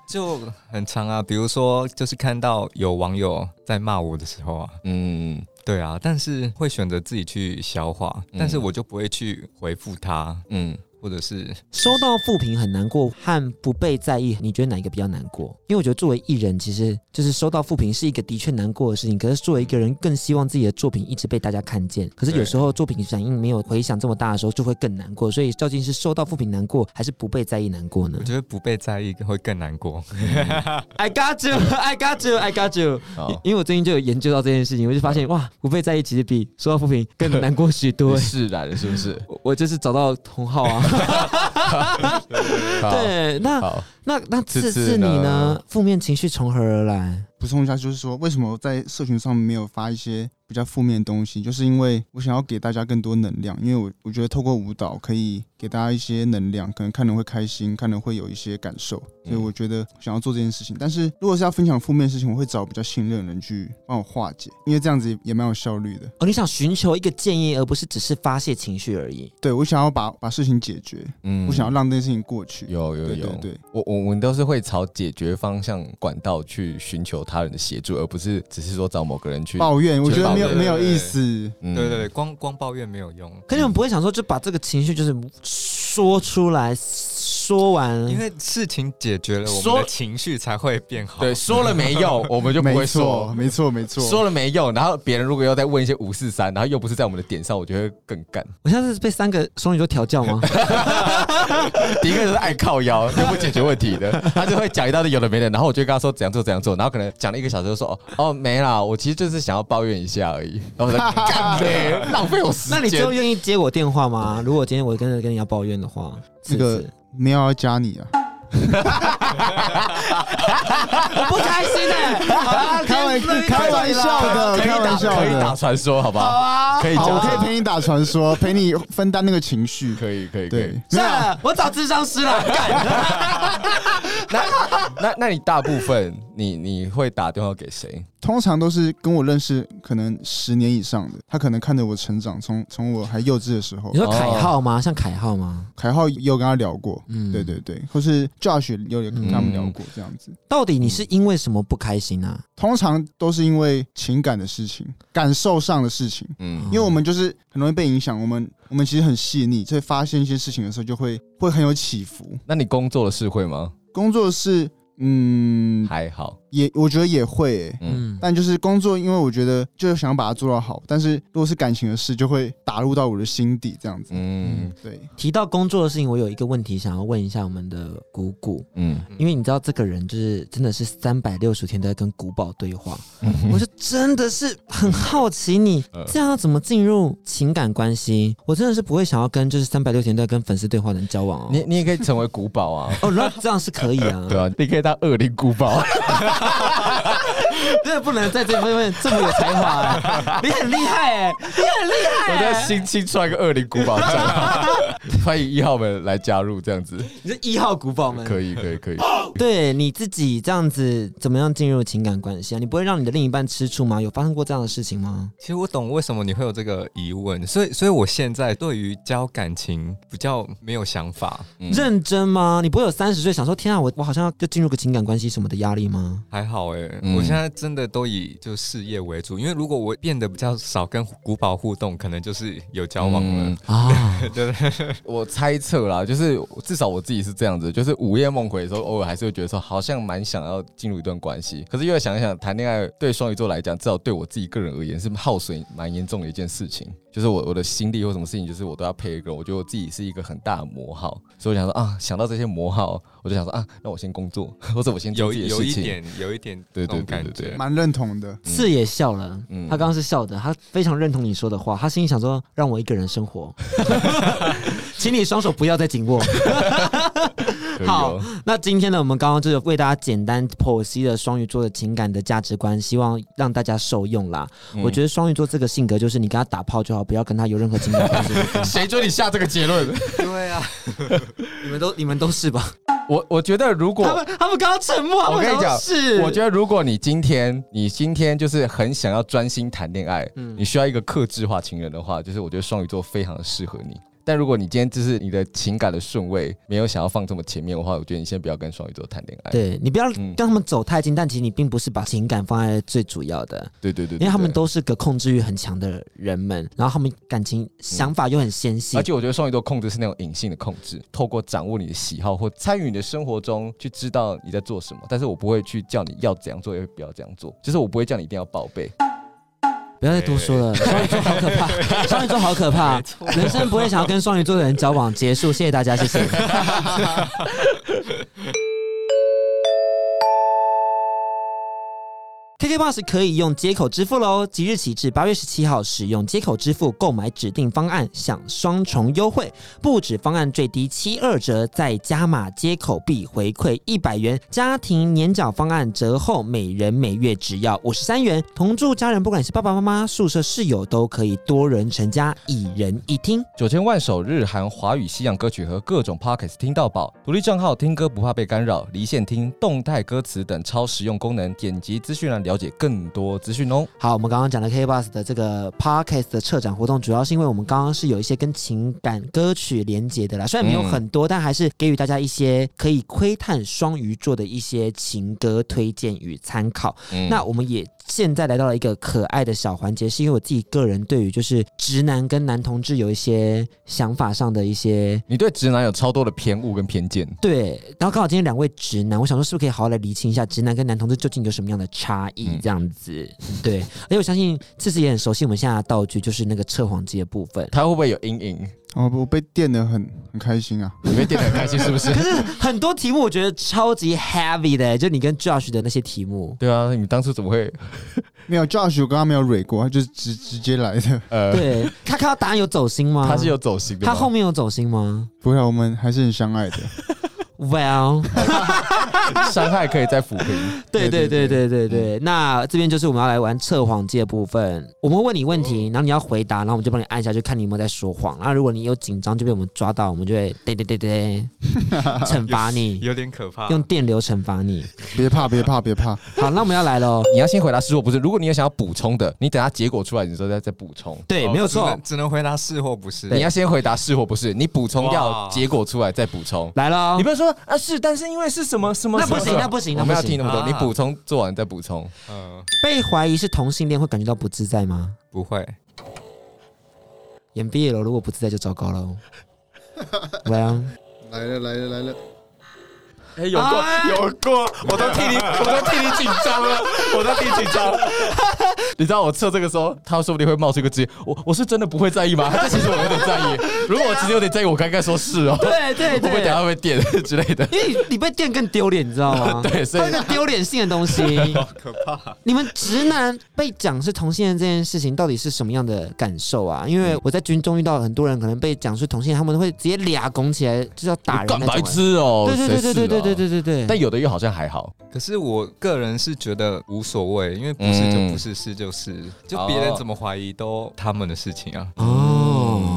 [SPEAKER 5] 就很长啊，比如说就是看到有网友在骂我的时候啊，
[SPEAKER 4] 嗯
[SPEAKER 5] 对啊，但是会选择自己去消化，
[SPEAKER 4] 嗯
[SPEAKER 5] 但是我就不会去回复他，
[SPEAKER 4] 嗯，
[SPEAKER 5] 或者是
[SPEAKER 3] 收到负评很难过和不被在意，你觉得哪一个比较难过？因为我觉得作为艺人，其实就是收到负评是一个的确难过的事情。可是作为一个人，更希望自己的作品一直被大家看见。可是有时候作品反应没有回响这么大的时候，就会更难过。所以究竟是收到负评难过，还是不被在意难过呢
[SPEAKER 5] 我觉得不被在意会更难过。
[SPEAKER 3] ？I got you, I got you, I got you。
[SPEAKER 4] 好，
[SPEAKER 3] 因为我最近就有研究到这件事情，我就发现哇，不被在意其实比收到负评更难过许多
[SPEAKER 4] 你。释然了是不是？
[SPEAKER 3] 我我就是找到同号啊，
[SPEAKER 4] 好
[SPEAKER 3] 对，那
[SPEAKER 4] 好，
[SPEAKER 3] 那那
[SPEAKER 4] 次
[SPEAKER 3] 次
[SPEAKER 4] 次
[SPEAKER 3] 次你
[SPEAKER 4] 呢
[SPEAKER 3] 呢？负面情绪从何而来？
[SPEAKER 6] 补充一下，就是说为什么在社群上没有发一些比较负面的东西，就是因为我想要给大家更多能量，因为我我觉得透过舞蹈可以给大家一些能量，可能看人会开心，看人会有一些感受，所以我觉得想要做这件事情。但是如果是要分享负面的事情，我会找比较信任的人去帮我化解，因为这样子也也蛮有效率的。
[SPEAKER 3] 哦，你想寻求一个建议，而不是只是发泄情绪而已。
[SPEAKER 6] 对我想要把把事情解决，
[SPEAKER 4] 嗯
[SPEAKER 6] 我想要让这件事情过去。
[SPEAKER 4] 有有
[SPEAKER 6] 对
[SPEAKER 4] 有，
[SPEAKER 6] 对对，
[SPEAKER 4] 我我我们都是会朝解决方向管道去寻求他人的协助，而不是只是说找某个人去。
[SPEAKER 6] 抱怨我觉得没有
[SPEAKER 5] 对对对
[SPEAKER 6] 没有意思。
[SPEAKER 4] 嗯
[SPEAKER 5] 对对对，光光抱怨没有用，
[SPEAKER 3] 可你们不会想说，就把这个情绪就是说出来，说完，
[SPEAKER 5] 因为事情解决了，我们
[SPEAKER 4] 说
[SPEAKER 5] 的情绪才会变好。
[SPEAKER 4] 对，说了没 用，我们就不会
[SPEAKER 6] 没错，
[SPEAKER 4] 说。
[SPEAKER 6] 没错，没错。
[SPEAKER 4] 说了没用，然后别人如果要再问一些五四三，然后又不是在我们的点上，我就会更干。
[SPEAKER 3] 我现在是被三个双鱼座调教吗？
[SPEAKER 4] 第一个就是爱靠腰，又不解决问题的， 他就会讲一大堆有的没的，然后我就跟他说怎样做怎样做，然后可能讲了一个小时就说哦哦没啦，我其实就是想要抱怨一下而已，然后我说干嘞，浪费我时
[SPEAKER 3] 那你最后
[SPEAKER 4] 间。
[SPEAKER 3] 愿意接我电话吗？如果今天我跟着跟你要抱怨的话，
[SPEAKER 6] 这
[SPEAKER 3] 这
[SPEAKER 6] 个
[SPEAKER 3] 个
[SPEAKER 6] 没有要加你啊，
[SPEAKER 3] 我不开心的，好啊
[SPEAKER 6] 开玩开玩笑的，
[SPEAKER 4] 可以
[SPEAKER 6] 开玩
[SPEAKER 4] 打
[SPEAKER 6] 笑
[SPEAKER 4] 可以打
[SPEAKER 6] 的。
[SPEAKER 4] 传说，好不好？可以
[SPEAKER 6] 好，我
[SPEAKER 4] 讲，
[SPEAKER 6] 可以陪你打传 说，陪你分担那个情绪。
[SPEAKER 4] 可以可以可以
[SPEAKER 6] 对。，
[SPEAKER 3] 是啊，我找智商师了，
[SPEAKER 4] 那那那你大部分你你会打电话给谁？
[SPEAKER 6] 通常都是跟我认识可能十年以上的，他可能看着我成长，从从我还幼稚的时 候
[SPEAKER 3] 你，说凯
[SPEAKER 4] 哦
[SPEAKER 3] 浩吗？像凯浩吗？
[SPEAKER 6] 凯浩也有跟他聊过，
[SPEAKER 3] 嗯
[SPEAKER 6] 对对对，或是 Josh 也有跟他们聊过这样子。
[SPEAKER 4] 嗯
[SPEAKER 3] 到底你是因为什么不开心啊？
[SPEAKER 6] 通常都是因为情感的事情、感受上的事情，
[SPEAKER 4] 嗯
[SPEAKER 6] 因为我们就是很容易被影响。我们我们其实很细腻，在发现一些事情的时候，就会会很有起伏。
[SPEAKER 4] 那你工作的事会吗？
[SPEAKER 6] 工作是，嗯，
[SPEAKER 4] 还好，
[SPEAKER 6] 也我觉得也会、欸，
[SPEAKER 3] 嗯，
[SPEAKER 6] 但就是工作，因为我觉得就是想把它做到好，但是如果是感情的事，就会打入到我的心底这样子。
[SPEAKER 4] 嗯
[SPEAKER 6] 对，
[SPEAKER 3] 提到工作的事情，我有一个问题想要问一下我们的谷谷，
[SPEAKER 4] 嗯，
[SPEAKER 3] 因为你知道这个人就是真的是三百六十天都在跟古堡对话，我就真的是很好奇你
[SPEAKER 4] 呃
[SPEAKER 3] 这样要怎么进入情感关系？我真的是不会想要跟就是三百六十天都在跟粉丝对话的人交往哦。
[SPEAKER 4] 你你也可以成为古 堡啊，
[SPEAKER 3] 哦，那这样是可以啊，
[SPEAKER 4] 对啊，你可以当恶灵古堡，
[SPEAKER 3] 真的不能 在这方面这么有才华、 啊，你很厉害哎、
[SPEAKER 4] 我在新青创一个恶灵古堡站，欢迎一号们来加入，这样子
[SPEAKER 3] 你是一号古堡们。
[SPEAKER 4] 可以可以可以。
[SPEAKER 3] 对你自己这样子，怎么样进入情感关系啊？你不会让你的另一半吃醋吗？有发生过这样的事情吗？
[SPEAKER 5] 其实我懂为什么你会有这个疑问，所以所以我现在对于交感情比较没有想法，
[SPEAKER 4] 嗯
[SPEAKER 3] 认真吗？你不会有三十岁想说天啊，我我好像要就进入个情感关系什么的压力吗？
[SPEAKER 5] 还好哎、欸，
[SPEAKER 4] 嗯
[SPEAKER 5] 我现在真的都以就事业为主，因为如果我变得比较少跟古堡互动，可能就是有交往了。
[SPEAKER 4] 嗯
[SPEAKER 3] 啊，
[SPEAKER 4] 我猜测啦，就是至少我自己是这样子，就是午夜梦回的时候，偶尔还是会觉得说，好像蛮想要进入一段关系。可是又想一想，谈恋爱对双鱼座来讲，至少对我自己个人而言，是耗损蛮严重的一件事情。就是我我的心力或什么事情，就是我都要配一个人，我觉得我自己是一个很大的魔耗，所以我想说啊，想到这些魔耗，我就想说啊，那我先工作，或者我先做
[SPEAKER 5] 有
[SPEAKER 4] 自己的
[SPEAKER 5] 有
[SPEAKER 4] 事
[SPEAKER 5] 一
[SPEAKER 4] 情。
[SPEAKER 5] 点，有一点
[SPEAKER 4] 对对
[SPEAKER 5] 那种
[SPEAKER 4] 对
[SPEAKER 5] 感
[SPEAKER 4] 对对
[SPEAKER 5] 觉。
[SPEAKER 6] 蛮认同的。
[SPEAKER 3] 是也笑了，
[SPEAKER 4] 嗯
[SPEAKER 3] 他刚刚是笑的，他非常认同你说的话，他心里想说让我一个人生活， 请你双手不要再紧握。
[SPEAKER 4] 可以
[SPEAKER 3] 好
[SPEAKER 4] 哦，
[SPEAKER 3] 那今天呢，我们刚刚就是为大家简单剖析了双鱼座的情感的价值观，希望让大家受用啦。
[SPEAKER 4] 嗯
[SPEAKER 3] 我觉得双鱼座这个性格就是你跟他打炮就好，不要跟他有任何情感关系。
[SPEAKER 4] 谁准你下这个结论？
[SPEAKER 5] 对 啊，
[SPEAKER 3] 你们都你们都是吧？
[SPEAKER 4] 我我觉得如果
[SPEAKER 3] 他们他们刚刚沉默，
[SPEAKER 4] 我跟你
[SPEAKER 3] 他们
[SPEAKER 4] 讲
[SPEAKER 3] 都是
[SPEAKER 4] 我觉得如果你今天你今天就是很想要专心谈恋爱，
[SPEAKER 3] 嗯
[SPEAKER 4] 你需要一个克制化情人的话，就是我觉得双鱼座非常适合你。但如果你今天就是你的情感的顺位没有想要放这么前面的话，我觉得你先不要跟双鱼座谈恋爱。
[SPEAKER 3] 对你不要
[SPEAKER 4] 嗯
[SPEAKER 3] 跟他们走太近，但其实你并不是把情感放在最主要的，
[SPEAKER 4] 对对对对
[SPEAKER 3] 因为他们
[SPEAKER 4] 对
[SPEAKER 3] 都是个控制欲很强的人们，然后他们感情想法又很纤细
[SPEAKER 4] 嗯而，且我觉得双鱼座控制是那种隐性的控制，透过掌握你的喜好或参与你的生活中，去知道你在做什么。但是我不会去叫你要怎样做，也不要这样做，就是我不会叫你一定要报备。
[SPEAKER 3] 不要再多说了，双鱼座好可怕，双鱼座好可怕，人生不会想要跟双鱼座的人交往。结束，谢谢大家，谢谢。 KKBox 可以用接口支付喽！即日起至八月十七号，使用接口支付购买指定方案，享双重优惠，不止方案最低七二折，再加码接口币回馈一百元，家庭年缴方案折后每人每月只要五十三元。同住家人，不管是爸爸妈妈、宿舍室友，都可以多人成家，一人一厅。
[SPEAKER 4] 九千万首日韩华语西洋歌曲和各种 Pockets 听到饱，独立账号听歌不怕被干扰，离线听、动态歌词等超实用功能，点击资讯栏了解更多资讯哦。
[SPEAKER 3] 好，我们刚刚讲的 K Bus 的这个 Podcast 的策展活动，主要是因为我们刚刚是有一些跟情感歌曲连接的啦，虽然没有很多，但还是给予大家一些可以窥探双鱼座的一些情歌推荐与参考。
[SPEAKER 4] 嗯
[SPEAKER 3] 那我们也现在来到了一个可爱的小环节，是因为我自己个人对于就是直男跟男同志有一些想法上的一些。
[SPEAKER 4] 你对直男有超多的偏误跟偏见，
[SPEAKER 3] 对，然后刚好今天两位直男，我想说是不是可以好好来厘清一下直男跟男同志究竟有什么样的差异
[SPEAKER 4] 嗯。
[SPEAKER 3] 这样子？对，而且我相信次次也很熟悉我们现在的道具，就是那个测谎机的部分
[SPEAKER 4] 他会不会有阴影？
[SPEAKER 6] 哦，我被电的很很开心啊！
[SPEAKER 4] 你被电得很开心是不 是？
[SPEAKER 3] 可是很多题目我觉得超级 heavy 的，就你跟 Josh 的那些题目。
[SPEAKER 4] 对啊，你当初怎么会
[SPEAKER 6] 没有 Josh，我刚刚没有蕊过，他就是直直接来的。
[SPEAKER 4] 呃？
[SPEAKER 3] 对他看到答案有走心吗？
[SPEAKER 4] 啊他是有走形的吗，
[SPEAKER 3] 他后面有走心吗
[SPEAKER 6] 不会、啊，我们还是很相爱的。
[SPEAKER 3] ？Well，
[SPEAKER 4] 伤害可以再抚平。
[SPEAKER 3] 对对对嗯
[SPEAKER 6] 对对
[SPEAKER 3] 对对对，那这边就是我们要来玩测谎机的部分。我们会问你问题，然后你要回答，然后我们就帮你按下去，看你有没有在说谎。然后嗯如果你有紧张就被我们抓到，我们就会对对对对， 惩罚你，
[SPEAKER 5] 有点可怕。
[SPEAKER 3] 用电流惩罚 你。
[SPEAKER 6] 别怕，别怕，别怕！
[SPEAKER 3] 好，那我们要来 喽。
[SPEAKER 4] 你要先回答是或不是。如果你有想要补充的，你等下结果出来，你之后再再补充。
[SPEAKER 3] 对，没有
[SPEAKER 5] 哦只
[SPEAKER 3] 错
[SPEAKER 5] 能，只能回答是或不是。
[SPEAKER 4] 你要先回答是或不是，你补充掉
[SPEAKER 5] 哇
[SPEAKER 4] 结果出来再补充。
[SPEAKER 3] 来喽
[SPEAKER 4] 你。不要说啊是，但是因为是什么什么，
[SPEAKER 3] 哦嗯那不行
[SPEAKER 4] 什么
[SPEAKER 3] 那不行
[SPEAKER 4] 我们
[SPEAKER 3] 那
[SPEAKER 4] 要
[SPEAKER 3] 不行
[SPEAKER 4] 听那么多，
[SPEAKER 5] 啊
[SPEAKER 4] 你补充做完再补充。
[SPEAKER 5] 嗯，
[SPEAKER 3] 被怀疑是同性恋会感觉到不自在吗？
[SPEAKER 5] 不会，
[SPEAKER 3] 演 BL 如果不自在就糟糕喽。Well，
[SPEAKER 6] 来了，来了，来了！
[SPEAKER 4] 哎，有过有过，我都替你，我都替你紧张了，我都替你紧张了。你知道我测这个时候，他说不定会冒出一个字，我我是真的不会在意吗？ 但其实我有点在意。如果我其实有点在意，我刚刚说是 哦，
[SPEAKER 3] 对对
[SPEAKER 4] 会不会等下会被电 之类的？
[SPEAKER 3] 因为你被电更丢脸，你知道吗？
[SPEAKER 4] 对所以
[SPEAKER 3] 它是个丢脸性的东 西， 好可怕！你们直男被讲是同性恋这件事情，到底是什么样的感受啊？因
[SPEAKER 4] 嗯
[SPEAKER 3] 为我在军中遇到很多人，可能被讲是同性恋，他们会直接俩拱起来，就是要打人
[SPEAKER 4] 敢
[SPEAKER 3] 那种
[SPEAKER 4] 白
[SPEAKER 3] 欸。
[SPEAKER 4] 痴哦，
[SPEAKER 3] 对对对对对对对
[SPEAKER 4] 对。
[SPEAKER 3] 对对对。
[SPEAKER 4] 但有的又好像还好，
[SPEAKER 5] 可是我个人是觉得无所谓，因为不是就不是，是就是，就别人怎么怀疑都他们的事情啊。
[SPEAKER 3] 哦。
[SPEAKER 4] 嗯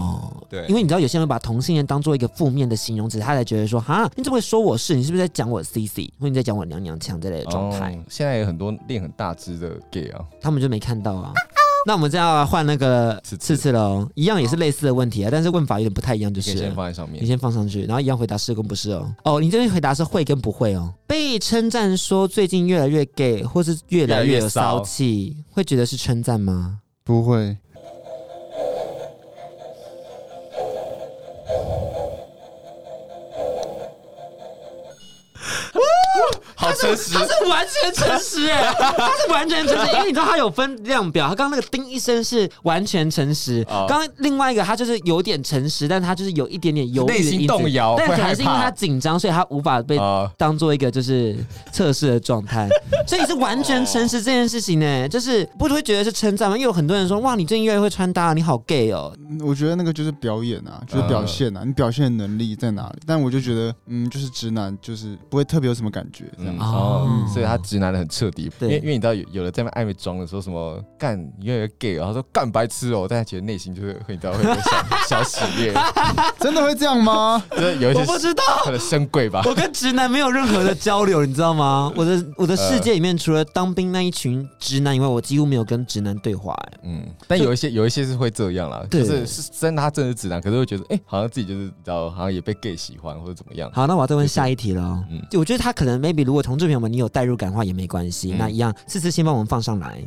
[SPEAKER 5] 对，
[SPEAKER 3] 因为你知道，有些人把同性恋当做一个负面的形容词，他才觉得说，哈，你怎么会说我是？你是不是在讲我 CC，或者你在讲我娘娘腔之类的状态？
[SPEAKER 4] 哦现在有很多练很大只的 gay 啊，
[SPEAKER 3] 他们就没看到啊。那我们这样啊换那个
[SPEAKER 4] 刺
[SPEAKER 3] 次
[SPEAKER 4] 刺
[SPEAKER 3] 次喽，一样也是类似的问题啊，但是问法有点不太一样，就
[SPEAKER 4] 你可
[SPEAKER 3] 是
[SPEAKER 4] 以先
[SPEAKER 3] 了
[SPEAKER 4] 放在上面
[SPEAKER 3] 你。先放上去，然后一样回答是跟不是哦。哦，你这边回答是会跟不会哦。被称赞说最近越来越 gay，或是越来越有骚气，会觉得是称赞吗？
[SPEAKER 6] 不会，
[SPEAKER 4] 好诚实
[SPEAKER 3] 他，是完全诚 实哎，他是完全诚实，因为你知道他有分量表，他刚刚那个叮一声是完全诚实，
[SPEAKER 4] 哦
[SPEAKER 3] 刚刚另外一个他就是有点诚实，但他就是有一点点犹豫的
[SPEAKER 4] 内心
[SPEAKER 3] 因子
[SPEAKER 4] 动摇
[SPEAKER 3] 但
[SPEAKER 4] 会
[SPEAKER 3] 可能
[SPEAKER 4] 害
[SPEAKER 3] 是因为
[SPEAKER 4] 怕
[SPEAKER 3] 他呃紧张，所以他无法被
[SPEAKER 4] 啊
[SPEAKER 3] 当做一个就是测试的状 态，所以你是完全诚实这件事情呢，就是不会觉得是称赞吗？因为有很多人说哇，你最近越来越会穿搭，你好 gay 哦，
[SPEAKER 6] 嗯我觉得那个就是表演啊，就是
[SPEAKER 4] 嗯
[SPEAKER 6] 表现啊，你表现的能力在哪里？但我就觉得，嗯，就是直男，就是不会特别有什么感觉这样。
[SPEAKER 4] 嗯
[SPEAKER 3] 哦
[SPEAKER 4] 哦，所以他直男的很彻底，因
[SPEAKER 3] 对
[SPEAKER 4] 为因为你知道有有的在那边暧昧装的时候什么干你越来越 gay，然后说干白痴哦，但他其实内心就是会你知道会有点小小喜悦，
[SPEAKER 6] 真的会这 样吗？
[SPEAKER 4] 就是有一
[SPEAKER 3] 我
[SPEAKER 4] 些
[SPEAKER 3] 不知道。
[SPEAKER 4] 可能深贵吧。
[SPEAKER 3] 我跟直男没有任何的交流，你知道吗？我 的我的世界里面，除了当兵那一群直男以外，我几乎没有跟直男对话、哎
[SPEAKER 4] 嗯，但有一些有一些是会这样啦，
[SPEAKER 3] 对
[SPEAKER 4] 就是是真的他真的是直男，可是会觉得哎、好像自己就是你知道，好像也被 gay 喜欢或者怎么样。
[SPEAKER 3] 好，那我要再问下一题了。
[SPEAKER 4] 嗯
[SPEAKER 3] 就我觉得他可能 maybe 如果同志朋友们你有代入感的话也没关系，
[SPEAKER 4] 嗯
[SPEAKER 3] 那一样，次次先帮我们放上来，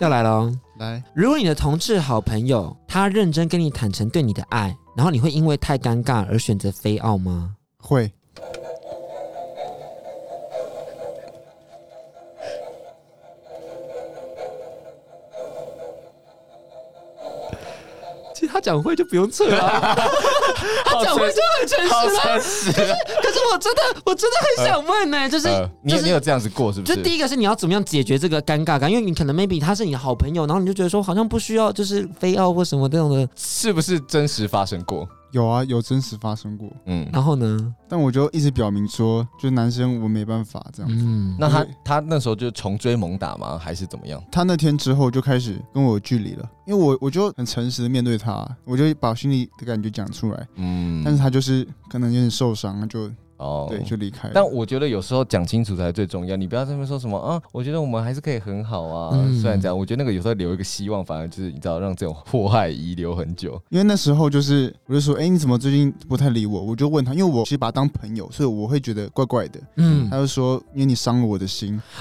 [SPEAKER 3] 要来喽。
[SPEAKER 6] 来，
[SPEAKER 3] 如果你的同志好朋友他认真跟你坦诚对你的爱，然后你会因为太尴尬而选择飞傲吗？
[SPEAKER 6] 会，
[SPEAKER 5] 其实他
[SPEAKER 3] 他讲会就不用测 啊，他讲会就很诚
[SPEAKER 4] 好
[SPEAKER 3] 实啦。
[SPEAKER 4] 诚实。
[SPEAKER 3] 可是我真的，我真的很想问呢、就是、
[SPEAKER 4] 呃，你
[SPEAKER 3] 就
[SPEAKER 4] 有你有
[SPEAKER 3] 是。
[SPEAKER 4] 这样子过是不？
[SPEAKER 3] 就是第一个是你要怎么样解决这个尴尬感，因为你可能 maybe 他是你的好朋友，然后你就觉得说好像不需要就是非要或什么这种的，
[SPEAKER 4] 是不是真实发生过？
[SPEAKER 6] 有啊，有真实发生过，
[SPEAKER 4] 嗯，
[SPEAKER 3] 然后呢，
[SPEAKER 6] 但我就一直表明说，就男生我没办法这样。
[SPEAKER 3] 嗯，
[SPEAKER 4] 那他
[SPEAKER 6] 对
[SPEAKER 4] 他那时候就穷追猛打吗？还是怎么样？
[SPEAKER 6] 他那天之后就开始跟我有距离了，因为我我就很诚实的面对他，我就把心里的感觉讲出来，
[SPEAKER 4] 嗯，
[SPEAKER 6] 但是他就是可能有点受伤，他就
[SPEAKER 4] 哦
[SPEAKER 6] 对就离开了。
[SPEAKER 4] 但我觉得有时候讲清楚才最重要，你不要在那边说什么啊，我觉得我们还是可以很好啊。
[SPEAKER 3] 嗯
[SPEAKER 4] 虽然这样，我觉得那个有时候留一个希望，反而就是你知道让这种祸害遗留很久。
[SPEAKER 6] 因为那时候就是，我就说，哎、你怎么最近不太理我？我就问他，因为我其实把他当朋友，所以我会觉得怪怪的。
[SPEAKER 3] 嗯
[SPEAKER 6] 他，就说，因为你伤了我的心，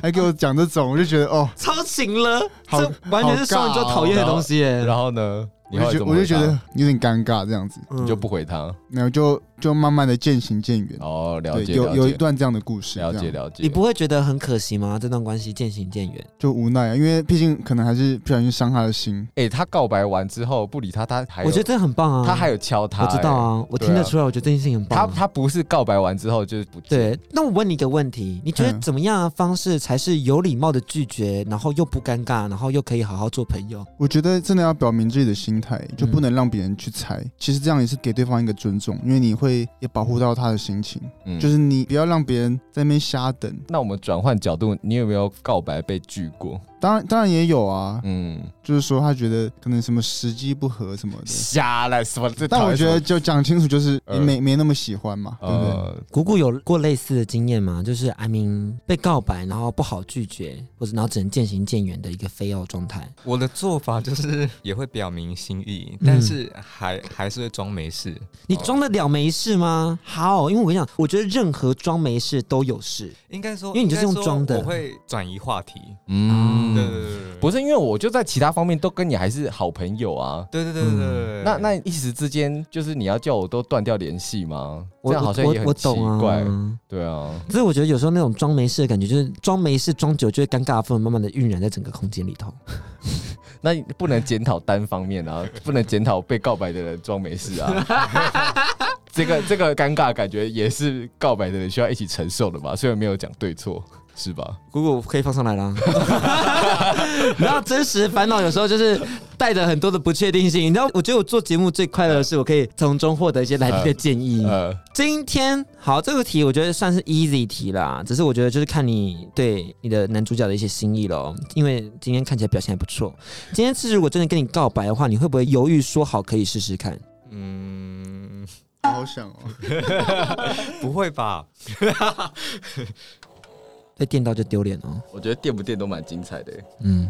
[SPEAKER 6] 还给我讲这种，我就觉得哦，
[SPEAKER 3] 超情了，
[SPEAKER 6] 好
[SPEAKER 3] 这完全是双鱼座讨厌的东西耶、
[SPEAKER 4] 然后呢，你
[SPEAKER 6] 我
[SPEAKER 4] 后来
[SPEAKER 6] 就觉
[SPEAKER 4] 怎么
[SPEAKER 6] 哎我
[SPEAKER 4] 回
[SPEAKER 6] 就觉
[SPEAKER 4] 答
[SPEAKER 6] 得嗯有点尴尬这样子，
[SPEAKER 3] 嗯
[SPEAKER 4] 你就不回他。
[SPEAKER 6] 然后就就慢慢的渐行渐远。
[SPEAKER 4] 哦，了
[SPEAKER 6] 对，
[SPEAKER 4] 解，
[SPEAKER 6] 有有一
[SPEAKER 4] 了解
[SPEAKER 6] 段这样的故事，
[SPEAKER 4] 了
[SPEAKER 6] 这
[SPEAKER 4] 解
[SPEAKER 6] 样
[SPEAKER 4] 了解。
[SPEAKER 3] 你不会觉得很可惜吗？这段关系渐行渐远，
[SPEAKER 6] 就无奈啊，因为毕竟可能还是不小心伤他的心。
[SPEAKER 4] 哎、他告白完之后不理他，他还有
[SPEAKER 3] 我觉得这很棒啊。
[SPEAKER 4] 他还有敲他、
[SPEAKER 3] 我知道啊，我听得出来，我觉得这件事情很
[SPEAKER 4] 欸。他
[SPEAKER 6] 啊
[SPEAKER 3] 棒。
[SPEAKER 4] 他不是告白完之后就是不见
[SPEAKER 3] 对，那我问你一个问题，你觉得
[SPEAKER 6] 嗯
[SPEAKER 3] 怎么样的方式才是有礼貌的拒绝，然后又不尴尬，然后又可以好好做朋友？
[SPEAKER 6] 我觉得真的要表明自己的心态，就
[SPEAKER 4] 嗯
[SPEAKER 6] 不能让别人去猜。其实这样也是给对方一个尊重，因为你会也保护到他的心情。
[SPEAKER 4] 嗯
[SPEAKER 6] 就是你不要让别人在那边瞎等。
[SPEAKER 4] 那我们转换角度，你有没有告白被拒过？
[SPEAKER 6] 当然，当然也有啊，
[SPEAKER 4] 嗯，
[SPEAKER 6] 就是说他觉得可能什么时机不合什么的。
[SPEAKER 4] 瞎了什么？这
[SPEAKER 6] 但
[SPEAKER 4] 讨
[SPEAKER 6] 我
[SPEAKER 4] 厌
[SPEAKER 6] 觉
[SPEAKER 4] 什
[SPEAKER 6] 得
[SPEAKER 4] 么
[SPEAKER 6] 就讲清楚，就是
[SPEAKER 4] 呃
[SPEAKER 6] 你没没那么喜欢嘛，对不对？
[SPEAKER 4] 呃，
[SPEAKER 3] 姑姑有过类似的经验吗？就是 I mean 被告白，然后不好拒绝，或者然后只能渐行渐远的一个非要状态。
[SPEAKER 5] 我的做法就是也会表明心意，但是还还是会装没事。
[SPEAKER 3] 你装得了没事吗？好，因为我跟你讲，我觉得任何装没事都有事。
[SPEAKER 5] 应该说，
[SPEAKER 3] 因为你就是用
[SPEAKER 5] 应该说
[SPEAKER 3] 装的
[SPEAKER 5] 我会转移话题。
[SPEAKER 4] 嗯，
[SPEAKER 6] 啊
[SPEAKER 5] 对对对对对，
[SPEAKER 4] 不是因为我就在其他方面都跟你还是好朋友啊。
[SPEAKER 5] 对对对对对对。
[SPEAKER 4] 那那一时之间，就是你要叫我都断掉联系吗？这
[SPEAKER 3] 我
[SPEAKER 4] 样好像
[SPEAKER 3] 我
[SPEAKER 4] 也
[SPEAKER 3] 我
[SPEAKER 4] 很奇
[SPEAKER 3] 懂
[SPEAKER 4] 怪。
[SPEAKER 3] 啊。
[SPEAKER 4] 对啊，
[SPEAKER 3] 所以我觉得有时候那种装没事的感觉，就是装没事装久就会尴尬的氛围慢慢的晕染在整个空间里头。
[SPEAKER 4] 那你不能检讨单方面啊， 不能检讨被告白的人装没事啊。 这个这个尴尬感觉也是告白的人需要一起承受的吧？虽然没有讲对错，是吧？
[SPEAKER 3] 姑姑可以放上来啦。 然后真实烦恼有时候就是带着很多的不确定性。你知道，我觉得我做节目最快乐的是，我可以从中获得一些来宾的建议。
[SPEAKER 4] 呃，
[SPEAKER 3] 今天好，这个题我觉得算是 easy 题啦，只是我觉得就是看你对你的男主角的一些心意咯。因为今天看起来表现还不错。今天是如果真的跟你告白的话，你会不会犹豫说好可以试试看？
[SPEAKER 5] 嗯，
[SPEAKER 6] 我好想哦，
[SPEAKER 5] 不会吧？
[SPEAKER 3] 被电到就丢脸哦。
[SPEAKER 4] 我觉得电不电都蛮精彩的。
[SPEAKER 3] 嗯。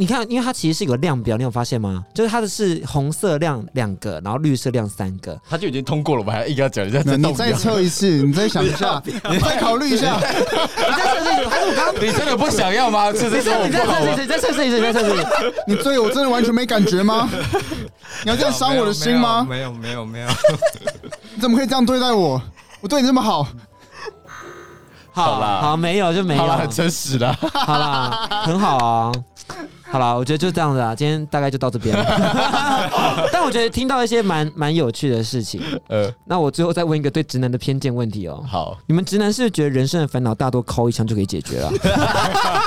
[SPEAKER 3] 你看，因为它其实是有个量表，你有发现吗？就是它的是红色量两个，然后绿色量三个。
[SPEAKER 4] 他就已经通过了，我还硬要讲人家
[SPEAKER 6] 那
[SPEAKER 4] 在
[SPEAKER 6] 你
[SPEAKER 4] 动
[SPEAKER 6] 再测一次，你再想一 下，你再考虑一下。
[SPEAKER 3] 你再测试一次，还是我刚刚？
[SPEAKER 4] 你真的不想要吗？是这
[SPEAKER 3] 你
[SPEAKER 4] 说我
[SPEAKER 3] 再你
[SPEAKER 4] 不
[SPEAKER 3] 再
[SPEAKER 4] 好
[SPEAKER 3] 测试？
[SPEAKER 4] 吗
[SPEAKER 3] 一次，你再测试一次，你再测试一次。
[SPEAKER 6] 你对我真的完全没感 觉吗？你要这样伤我的心吗？
[SPEAKER 5] 没有没有没有，
[SPEAKER 6] 你怎么可以这样对待我？我对你这么好，
[SPEAKER 3] 好
[SPEAKER 4] 好啦
[SPEAKER 3] 好，没有就没有，
[SPEAKER 4] 好了，很真实啦。
[SPEAKER 3] 好啦，很好啊。好啦，我觉得就这样子啊，今天大概就到这 边了。但我觉得听到一些蛮蛮有趣的事情。
[SPEAKER 4] 呃，
[SPEAKER 3] 那我最后再问一个对直男的偏见问题哦。
[SPEAKER 4] 好，
[SPEAKER 3] 你们直男是不是觉得人生的烦恼大多敲一枪就可以解决了？啊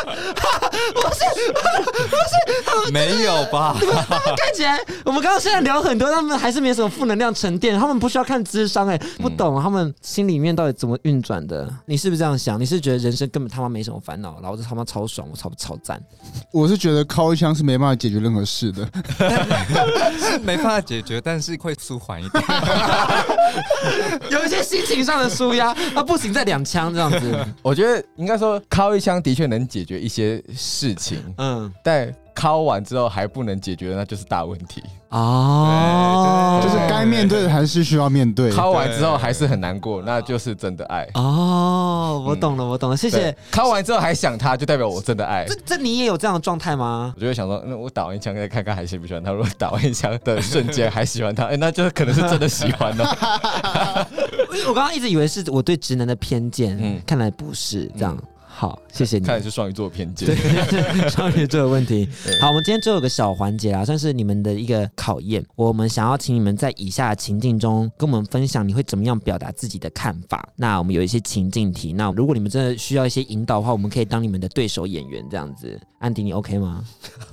[SPEAKER 5] 没有吧？
[SPEAKER 3] 看起来我们刚刚虽然聊很多，他们还是没什么负能量沉淀，他们不需要看智商、哎，不懂他们心里面到底怎么运转的。你是不是这样想？你是觉得人生根本他妈没什么烦恼，然后这他妈超爽，我超超赞。
[SPEAKER 6] 我是觉得敲一枪是没办法解决任何事的。
[SPEAKER 5] 是没办法解决，但是会舒缓一点。
[SPEAKER 3] 有一些心情上的舒压， 啊不行再两枪这样子，
[SPEAKER 4] 我觉得应该说，敲一枪的确能解决一些事 情，
[SPEAKER 3] 嗯，
[SPEAKER 4] 但敲完之后还不能解决的，那就是大问题。
[SPEAKER 3] 哦，
[SPEAKER 5] 对
[SPEAKER 6] 就是该面对的还是需要面对。
[SPEAKER 4] 敲完之后还是很难过，那就是真的爱。
[SPEAKER 3] 哦，我懂了，我懂了，谢谢
[SPEAKER 4] 对。，敲完之后还想他，就代表我真的爱
[SPEAKER 3] 这。这你也有这样的状态吗？
[SPEAKER 4] 我就会想说，那我打完一枪再看看还喜不喜欢他。如果打完一枪的瞬间还喜欢他，哎、 那就是可能是真的喜欢 哦了。
[SPEAKER 3] 嗯我我刚刚一直以为是我对直男的偏见，
[SPEAKER 4] 嗯
[SPEAKER 3] 嗯看来不是这样。好，谢谢你。
[SPEAKER 4] 看来是双鱼座的偏见
[SPEAKER 3] 对。，双鱼座的问题。好，我们今天最后有个小环节啦，算是你们的一个考验。我们想要请你们在以下的情境中跟我们分享你会怎么样表达自己的看法。那我们有一些情境题，那如果你们真的需要一些引导的话，我们可以当你们的对手演员这样子。安迪，你 OK 吗？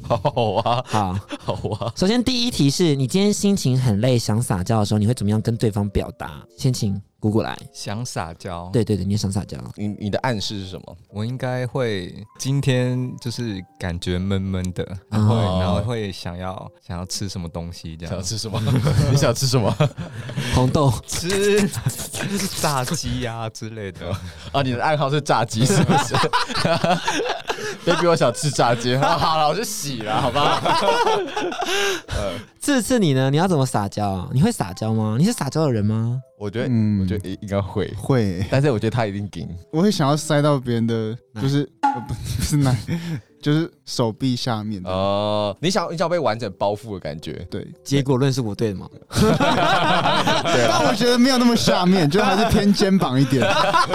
[SPEAKER 4] 好啊，
[SPEAKER 3] 好，
[SPEAKER 4] 好啊，
[SPEAKER 3] 首先第一题是你今天心情很累想撒娇的时候，你会怎么样跟对方表达？先请姑姑来。
[SPEAKER 5] 想撒娇，
[SPEAKER 3] 对对对，你想撒娇。
[SPEAKER 4] 你你的暗示是什么？
[SPEAKER 5] 我应该会今天就是感觉闷闷的，然后、
[SPEAKER 4] 哦
[SPEAKER 5] 然后会想要想要吃什么东西这
[SPEAKER 3] 啊
[SPEAKER 4] 想要
[SPEAKER 5] 样，
[SPEAKER 4] 吃什么？ 你想吃什么？
[SPEAKER 3] 红豆，
[SPEAKER 5] 吃炸鸡呀、之类的。
[SPEAKER 4] 啊，你的暗号是炸鸡是不 是 ？baby，我想吃炸鸡。 啊好了，我就洗了，好吧？
[SPEAKER 3] 这次你呢？你要怎么撒娇啊？你会撒娇吗？你是撒娇的人吗？
[SPEAKER 4] 我觉得，
[SPEAKER 6] 嗯
[SPEAKER 4] 我觉得应该会，
[SPEAKER 6] 会，
[SPEAKER 4] 但是我觉得他一定顶。
[SPEAKER 6] 我会想要塞到别人的，就是呃不 不是奶，就是手臂下面的。
[SPEAKER 4] 哦，你想你想被完整包覆的感觉，
[SPEAKER 6] 对，
[SPEAKER 3] 结果论是我对的吗？
[SPEAKER 4] 啊
[SPEAKER 6] 但我觉得没有那么下面，就还是偏肩膀一点。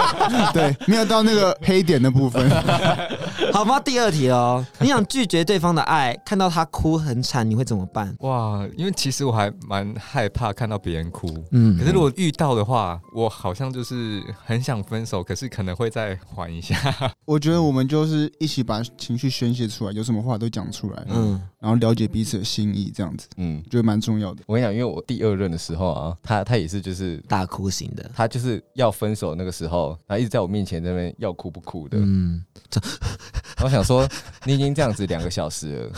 [SPEAKER 6] 对，没有到那个黑点的 部分。
[SPEAKER 3] 好吧，第二题哦。你想拒绝对方的爱，看到他哭很惨，你会怎么办？
[SPEAKER 5] 哇，因为其实我还蛮害怕看到别人哭。
[SPEAKER 3] 嗯
[SPEAKER 5] 可是如果遇到的话，我好像就是很想分手，可是可能会再缓一下。
[SPEAKER 6] 我觉得我们就是一起把情绪宣泄出来，有什么话都讲出来，
[SPEAKER 3] 嗯，
[SPEAKER 6] 然后了解彼此的心意，这样子，
[SPEAKER 4] 嗯。
[SPEAKER 6] 我觉得蛮重要的。
[SPEAKER 4] 我跟你讲，因为我第二任的时候啊，他他也是就是
[SPEAKER 3] 大哭型的。
[SPEAKER 4] 他就是要分手那个时候，然后一直在我面前那边要哭不哭的，
[SPEAKER 3] 嗯，
[SPEAKER 4] 然后我想说你已经这样子两个小时了，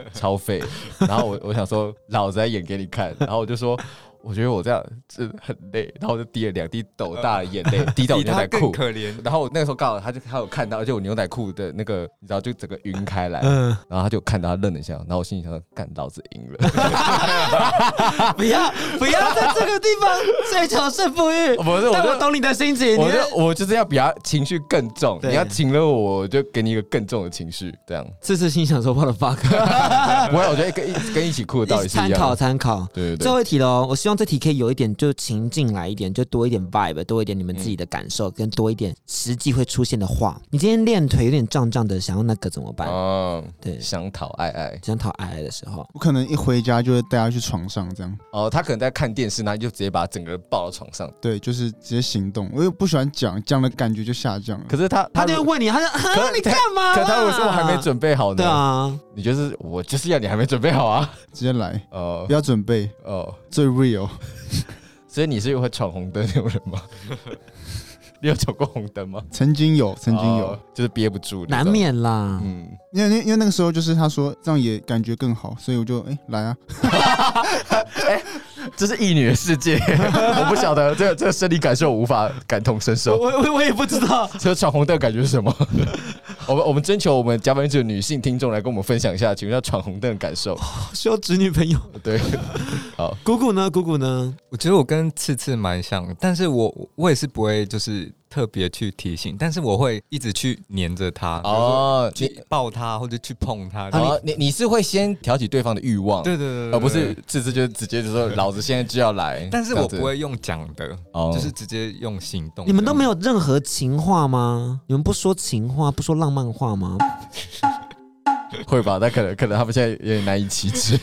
[SPEAKER 4] 超废。然后我我想说老子来演给你看，然后我就说。我觉得我这样真的很累，然后我就滴了两滴斗大的眼泪，滴到我牛
[SPEAKER 5] 他
[SPEAKER 4] 仔裤
[SPEAKER 5] 更。可怜。
[SPEAKER 4] 然后我那个时候刚好他就他有看到，而且我牛仔裤的那个，你知道就整个晕开来，
[SPEAKER 3] 嗯
[SPEAKER 4] 然后他就看到他愣了一下，然后我心里想说，干老子赢了，
[SPEAKER 3] 啊不要不要在这个地方追求胜负欲。
[SPEAKER 4] 不是我
[SPEAKER 3] 但
[SPEAKER 4] 就
[SPEAKER 3] 我懂你的心情，
[SPEAKER 4] 我
[SPEAKER 3] 你的
[SPEAKER 4] 就我就是要比他情绪更重，
[SPEAKER 3] 对
[SPEAKER 4] 你要请了我，我就给你一个更重的情绪， 这样。
[SPEAKER 3] 这次心想说 what the fuck，
[SPEAKER 4] 不会，我觉得跟一跟一起哭的道理 是一
[SPEAKER 3] 参
[SPEAKER 4] 样
[SPEAKER 3] 考
[SPEAKER 4] 的。
[SPEAKER 3] 参考。
[SPEAKER 4] 对对
[SPEAKER 3] 最
[SPEAKER 4] 对，
[SPEAKER 3] 后一题喽，我希望这题可以有一点就情境来一点，就多一点 vibe，多一点你们自
[SPEAKER 4] 嗯
[SPEAKER 3] 己的感受，跟多一点实际会出现的话。你今天练腿有点胀胀的，想要那个怎么办？
[SPEAKER 4] 哦，
[SPEAKER 3] 对，
[SPEAKER 4] 想讨爱爱
[SPEAKER 3] 想讨爱爱的时候，
[SPEAKER 6] 我可能一回家就会带他去床上，这样，
[SPEAKER 4] 哦，他可能在看电视，那你就直接把他整个人抱到床
[SPEAKER 3] 嗯
[SPEAKER 4] 上。
[SPEAKER 6] 对，就是直接行动。我又不喜欢讲，讲的感觉就下降了。
[SPEAKER 4] 可是他
[SPEAKER 3] 他就
[SPEAKER 4] 如
[SPEAKER 3] 会问你，他说啊
[SPEAKER 4] 可
[SPEAKER 3] 你干嘛啦？
[SPEAKER 4] 可他如果说我还没准备好
[SPEAKER 3] 对
[SPEAKER 4] 呢，
[SPEAKER 3] 啊，
[SPEAKER 4] 你就是我就是要你还没准备好啊。
[SPEAKER 6] 直接来，
[SPEAKER 4] 哦
[SPEAKER 6] 不要准备，
[SPEAKER 4] 哦，
[SPEAKER 6] 最 real。
[SPEAKER 4] 所以你是会闯红灯那种人吗？你有闯过红灯吗？
[SPEAKER 6] 曾经有，曾经有，
[SPEAKER 4] 哦就是憋不住，
[SPEAKER 3] 难。免啦。
[SPEAKER 4] 嗯，
[SPEAKER 6] 因为因为因为那个时候就是他说这样也感觉更好，所以我就哎、来啊，
[SPEAKER 4] 这是异女的世界，我不晓得这个这个生理感受我无法感同身
[SPEAKER 3] 我
[SPEAKER 4] 受。
[SPEAKER 3] 我我也不知道，
[SPEAKER 4] 这个闯红灯的感觉是什么？ 我们我们征求我们加班制的女性听众来跟我们分享一下，请问一下闯红灯的感受？
[SPEAKER 3] 需要侄女朋友。
[SPEAKER 4] 对，
[SPEAKER 3] 姑姑呢？姑姑呢？
[SPEAKER 5] 我觉得我跟次次蛮像，但是我我也是不会就是特别去提醒，但是我会一直去黏着他，哦，
[SPEAKER 4] 哦，
[SPEAKER 5] 去
[SPEAKER 4] 你
[SPEAKER 5] 抱他或者去碰他。
[SPEAKER 4] 啊你你你是会先挑起对方的欲望，
[SPEAKER 5] 对对对，对
[SPEAKER 4] 而不。
[SPEAKER 5] 对
[SPEAKER 4] 是
[SPEAKER 5] 对
[SPEAKER 4] 直直就直接就说老子现在就要来。
[SPEAKER 5] 但是
[SPEAKER 4] 这
[SPEAKER 5] 我
[SPEAKER 4] 样子
[SPEAKER 5] 不，会用讲的，
[SPEAKER 4] 哦
[SPEAKER 5] 就是直接用行动。
[SPEAKER 3] 你们都没
[SPEAKER 5] 有
[SPEAKER 3] 有任何情话吗？你们不说情话，不说浪漫话吗？
[SPEAKER 4] 哦会吧？但可能可能他们现在有点难以启齿。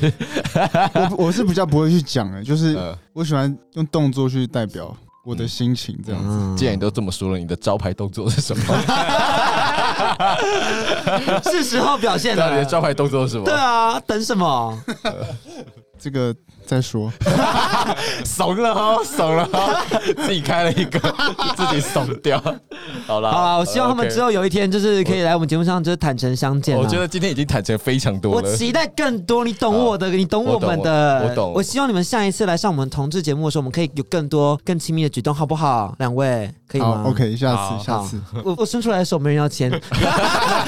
[SPEAKER 6] 我我是比较不会去讲的，就是
[SPEAKER 4] 呃
[SPEAKER 6] 我喜欢用动作去代表我的心情，这样子。
[SPEAKER 3] 嗯
[SPEAKER 4] 既然你都这么说了，你的招牌动作是什 么？
[SPEAKER 3] 啊 是时候表现
[SPEAKER 4] 啊那你的
[SPEAKER 3] 了。
[SPEAKER 4] 招牌动作是什
[SPEAKER 3] 对
[SPEAKER 4] 么？
[SPEAKER 3] 啊，等什么？
[SPEAKER 6] 这个再说，
[SPEAKER 4] 怂了哦，怂了 哦，自己开了一 个，自己怂掉。好啦，呃
[SPEAKER 3] 好啦，我希望他们
[SPEAKER 4] 啊 OK
[SPEAKER 3] 之后有一天就是可以来我们节目上就是坦诚相见啊。
[SPEAKER 4] 我觉得今天已经坦诚非常多
[SPEAKER 3] 我
[SPEAKER 4] 了。
[SPEAKER 3] 期待更多，你懂我的，你懂我们的，
[SPEAKER 4] 我懂我懂
[SPEAKER 3] 我希望你们下一次来上我们同志节目的时候，我们可以有更多更亲密的举动，好不好？两位可以吗
[SPEAKER 6] 好，OK，下
[SPEAKER 5] 好
[SPEAKER 6] 次，下次
[SPEAKER 3] 我我伸出来的手没人要牵，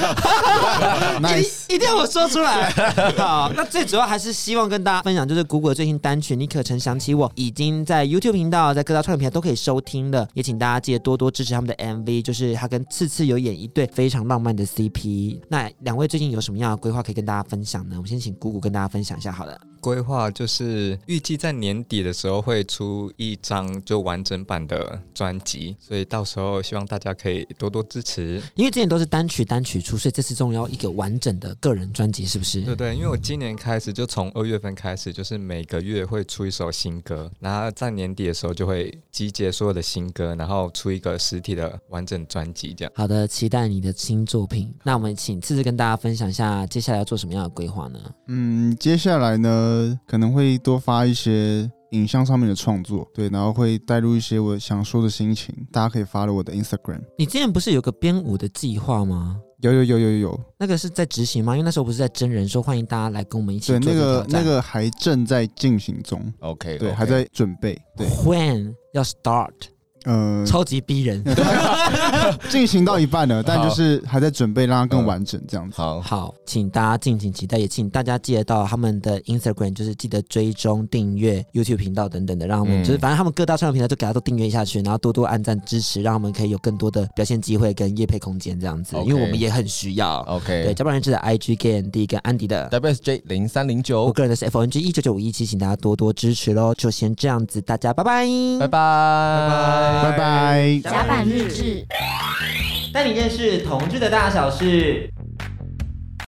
[SPEAKER 6] ，nice。
[SPEAKER 3] 一定一定要我说出来。好，那最主要还是希望跟大家分享享，就是谷谷的最新单曲《你可曾想起我》，已经在 YouTube 频道、在各大串流平台都可以收听了，也请大家记得多多支持他们的 MV，就是他跟次次有演一对非常浪漫的 CP。那两位最近有什么样的规划可以跟大家分享呢？我们先请谷谷跟大家分享一下好了。
[SPEAKER 5] 规划就是预计在年底的时候会出一张就完整版的专辑，所以到时候希望大家可以多多支持，
[SPEAKER 3] 因为之前都是单曲单曲出，所以这次终于要一个完整的个人专辑，是不是？
[SPEAKER 5] 对不对？因为我今年开始就从二月份开始，就是每个月会出一首新歌，然后在年底的时候就会集结所有的新歌，然后出一个实体的完整专辑这样。
[SPEAKER 3] 好的，期待你的新作品。那我们请次次跟大家分享一下接下来要做什么样的规划呢？
[SPEAKER 6] 嗯，接下来呢，可能会多发一些影像上面的创作，对，然后会带入一些我想说的心情，大家可以发了我的 Instagram。
[SPEAKER 3] 你之前不是有个编舞的计划吗？
[SPEAKER 6] 有有有有有有，
[SPEAKER 3] 那个是在执行吗？因为那时候不是在真人说欢迎大家来跟我们一起
[SPEAKER 6] 对，
[SPEAKER 3] 做这
[SPEAKER 6] 那个
[SPEAKER 3] 挑
[SPEAKER 6] 那
[SPEAKER 3] 战
[SPEAKER 6] 个还正在进行中，
[SPEAKER 4] OK，
[SPEAKER 6] 对，还在准备，对，
[SPEAKER 3] When 要 start，
[SPEAKER 6] 呃，
[SPEAKER 3] 超级逼 人。
[SPEAKER 6] 进行到一半了，但
[SPEAKER 4] 好
[SPEAKER 6] 就是还在准备让它更完整这样子。
[SPEAKER 4] 好，
[SPEAKER 3] 好，请大家敬请期待，也请大家记得到他们的 Instagram，就是记得追踪、订阅 YouTube 频道等等的，让他们、
[SPEAKER 4] 嗯
[SPEAKER 3] 就是反正他们各大串流平台就给他都订阅下去，然后多多按赞支持，让他们可以有更多的表现机会跟业配空间这样子
[SPEAKER 4] OK
[SPEAKER 3] 因为我们也很需要。对，
[SPEAKER 4] OK，
[SPEAKER 3] 加班人志的 IG KND 跟安迪的。
[SPEAKER 4] WSJ 零三零
[SPEAKER 3] 我
[SPEAKER 4] 九，
[SPEAKER 3] 个人的是 FNG 一九九五一七，请大家多多支持喽！就先这样子，大家拜拜，
[SPEAKER 4] 拜拜，拜
[SPEAKER 6] 拜拜。
[SPEAKER 8] 甲板日志。
[SPEAKER 2] 带你认识同志的大小事。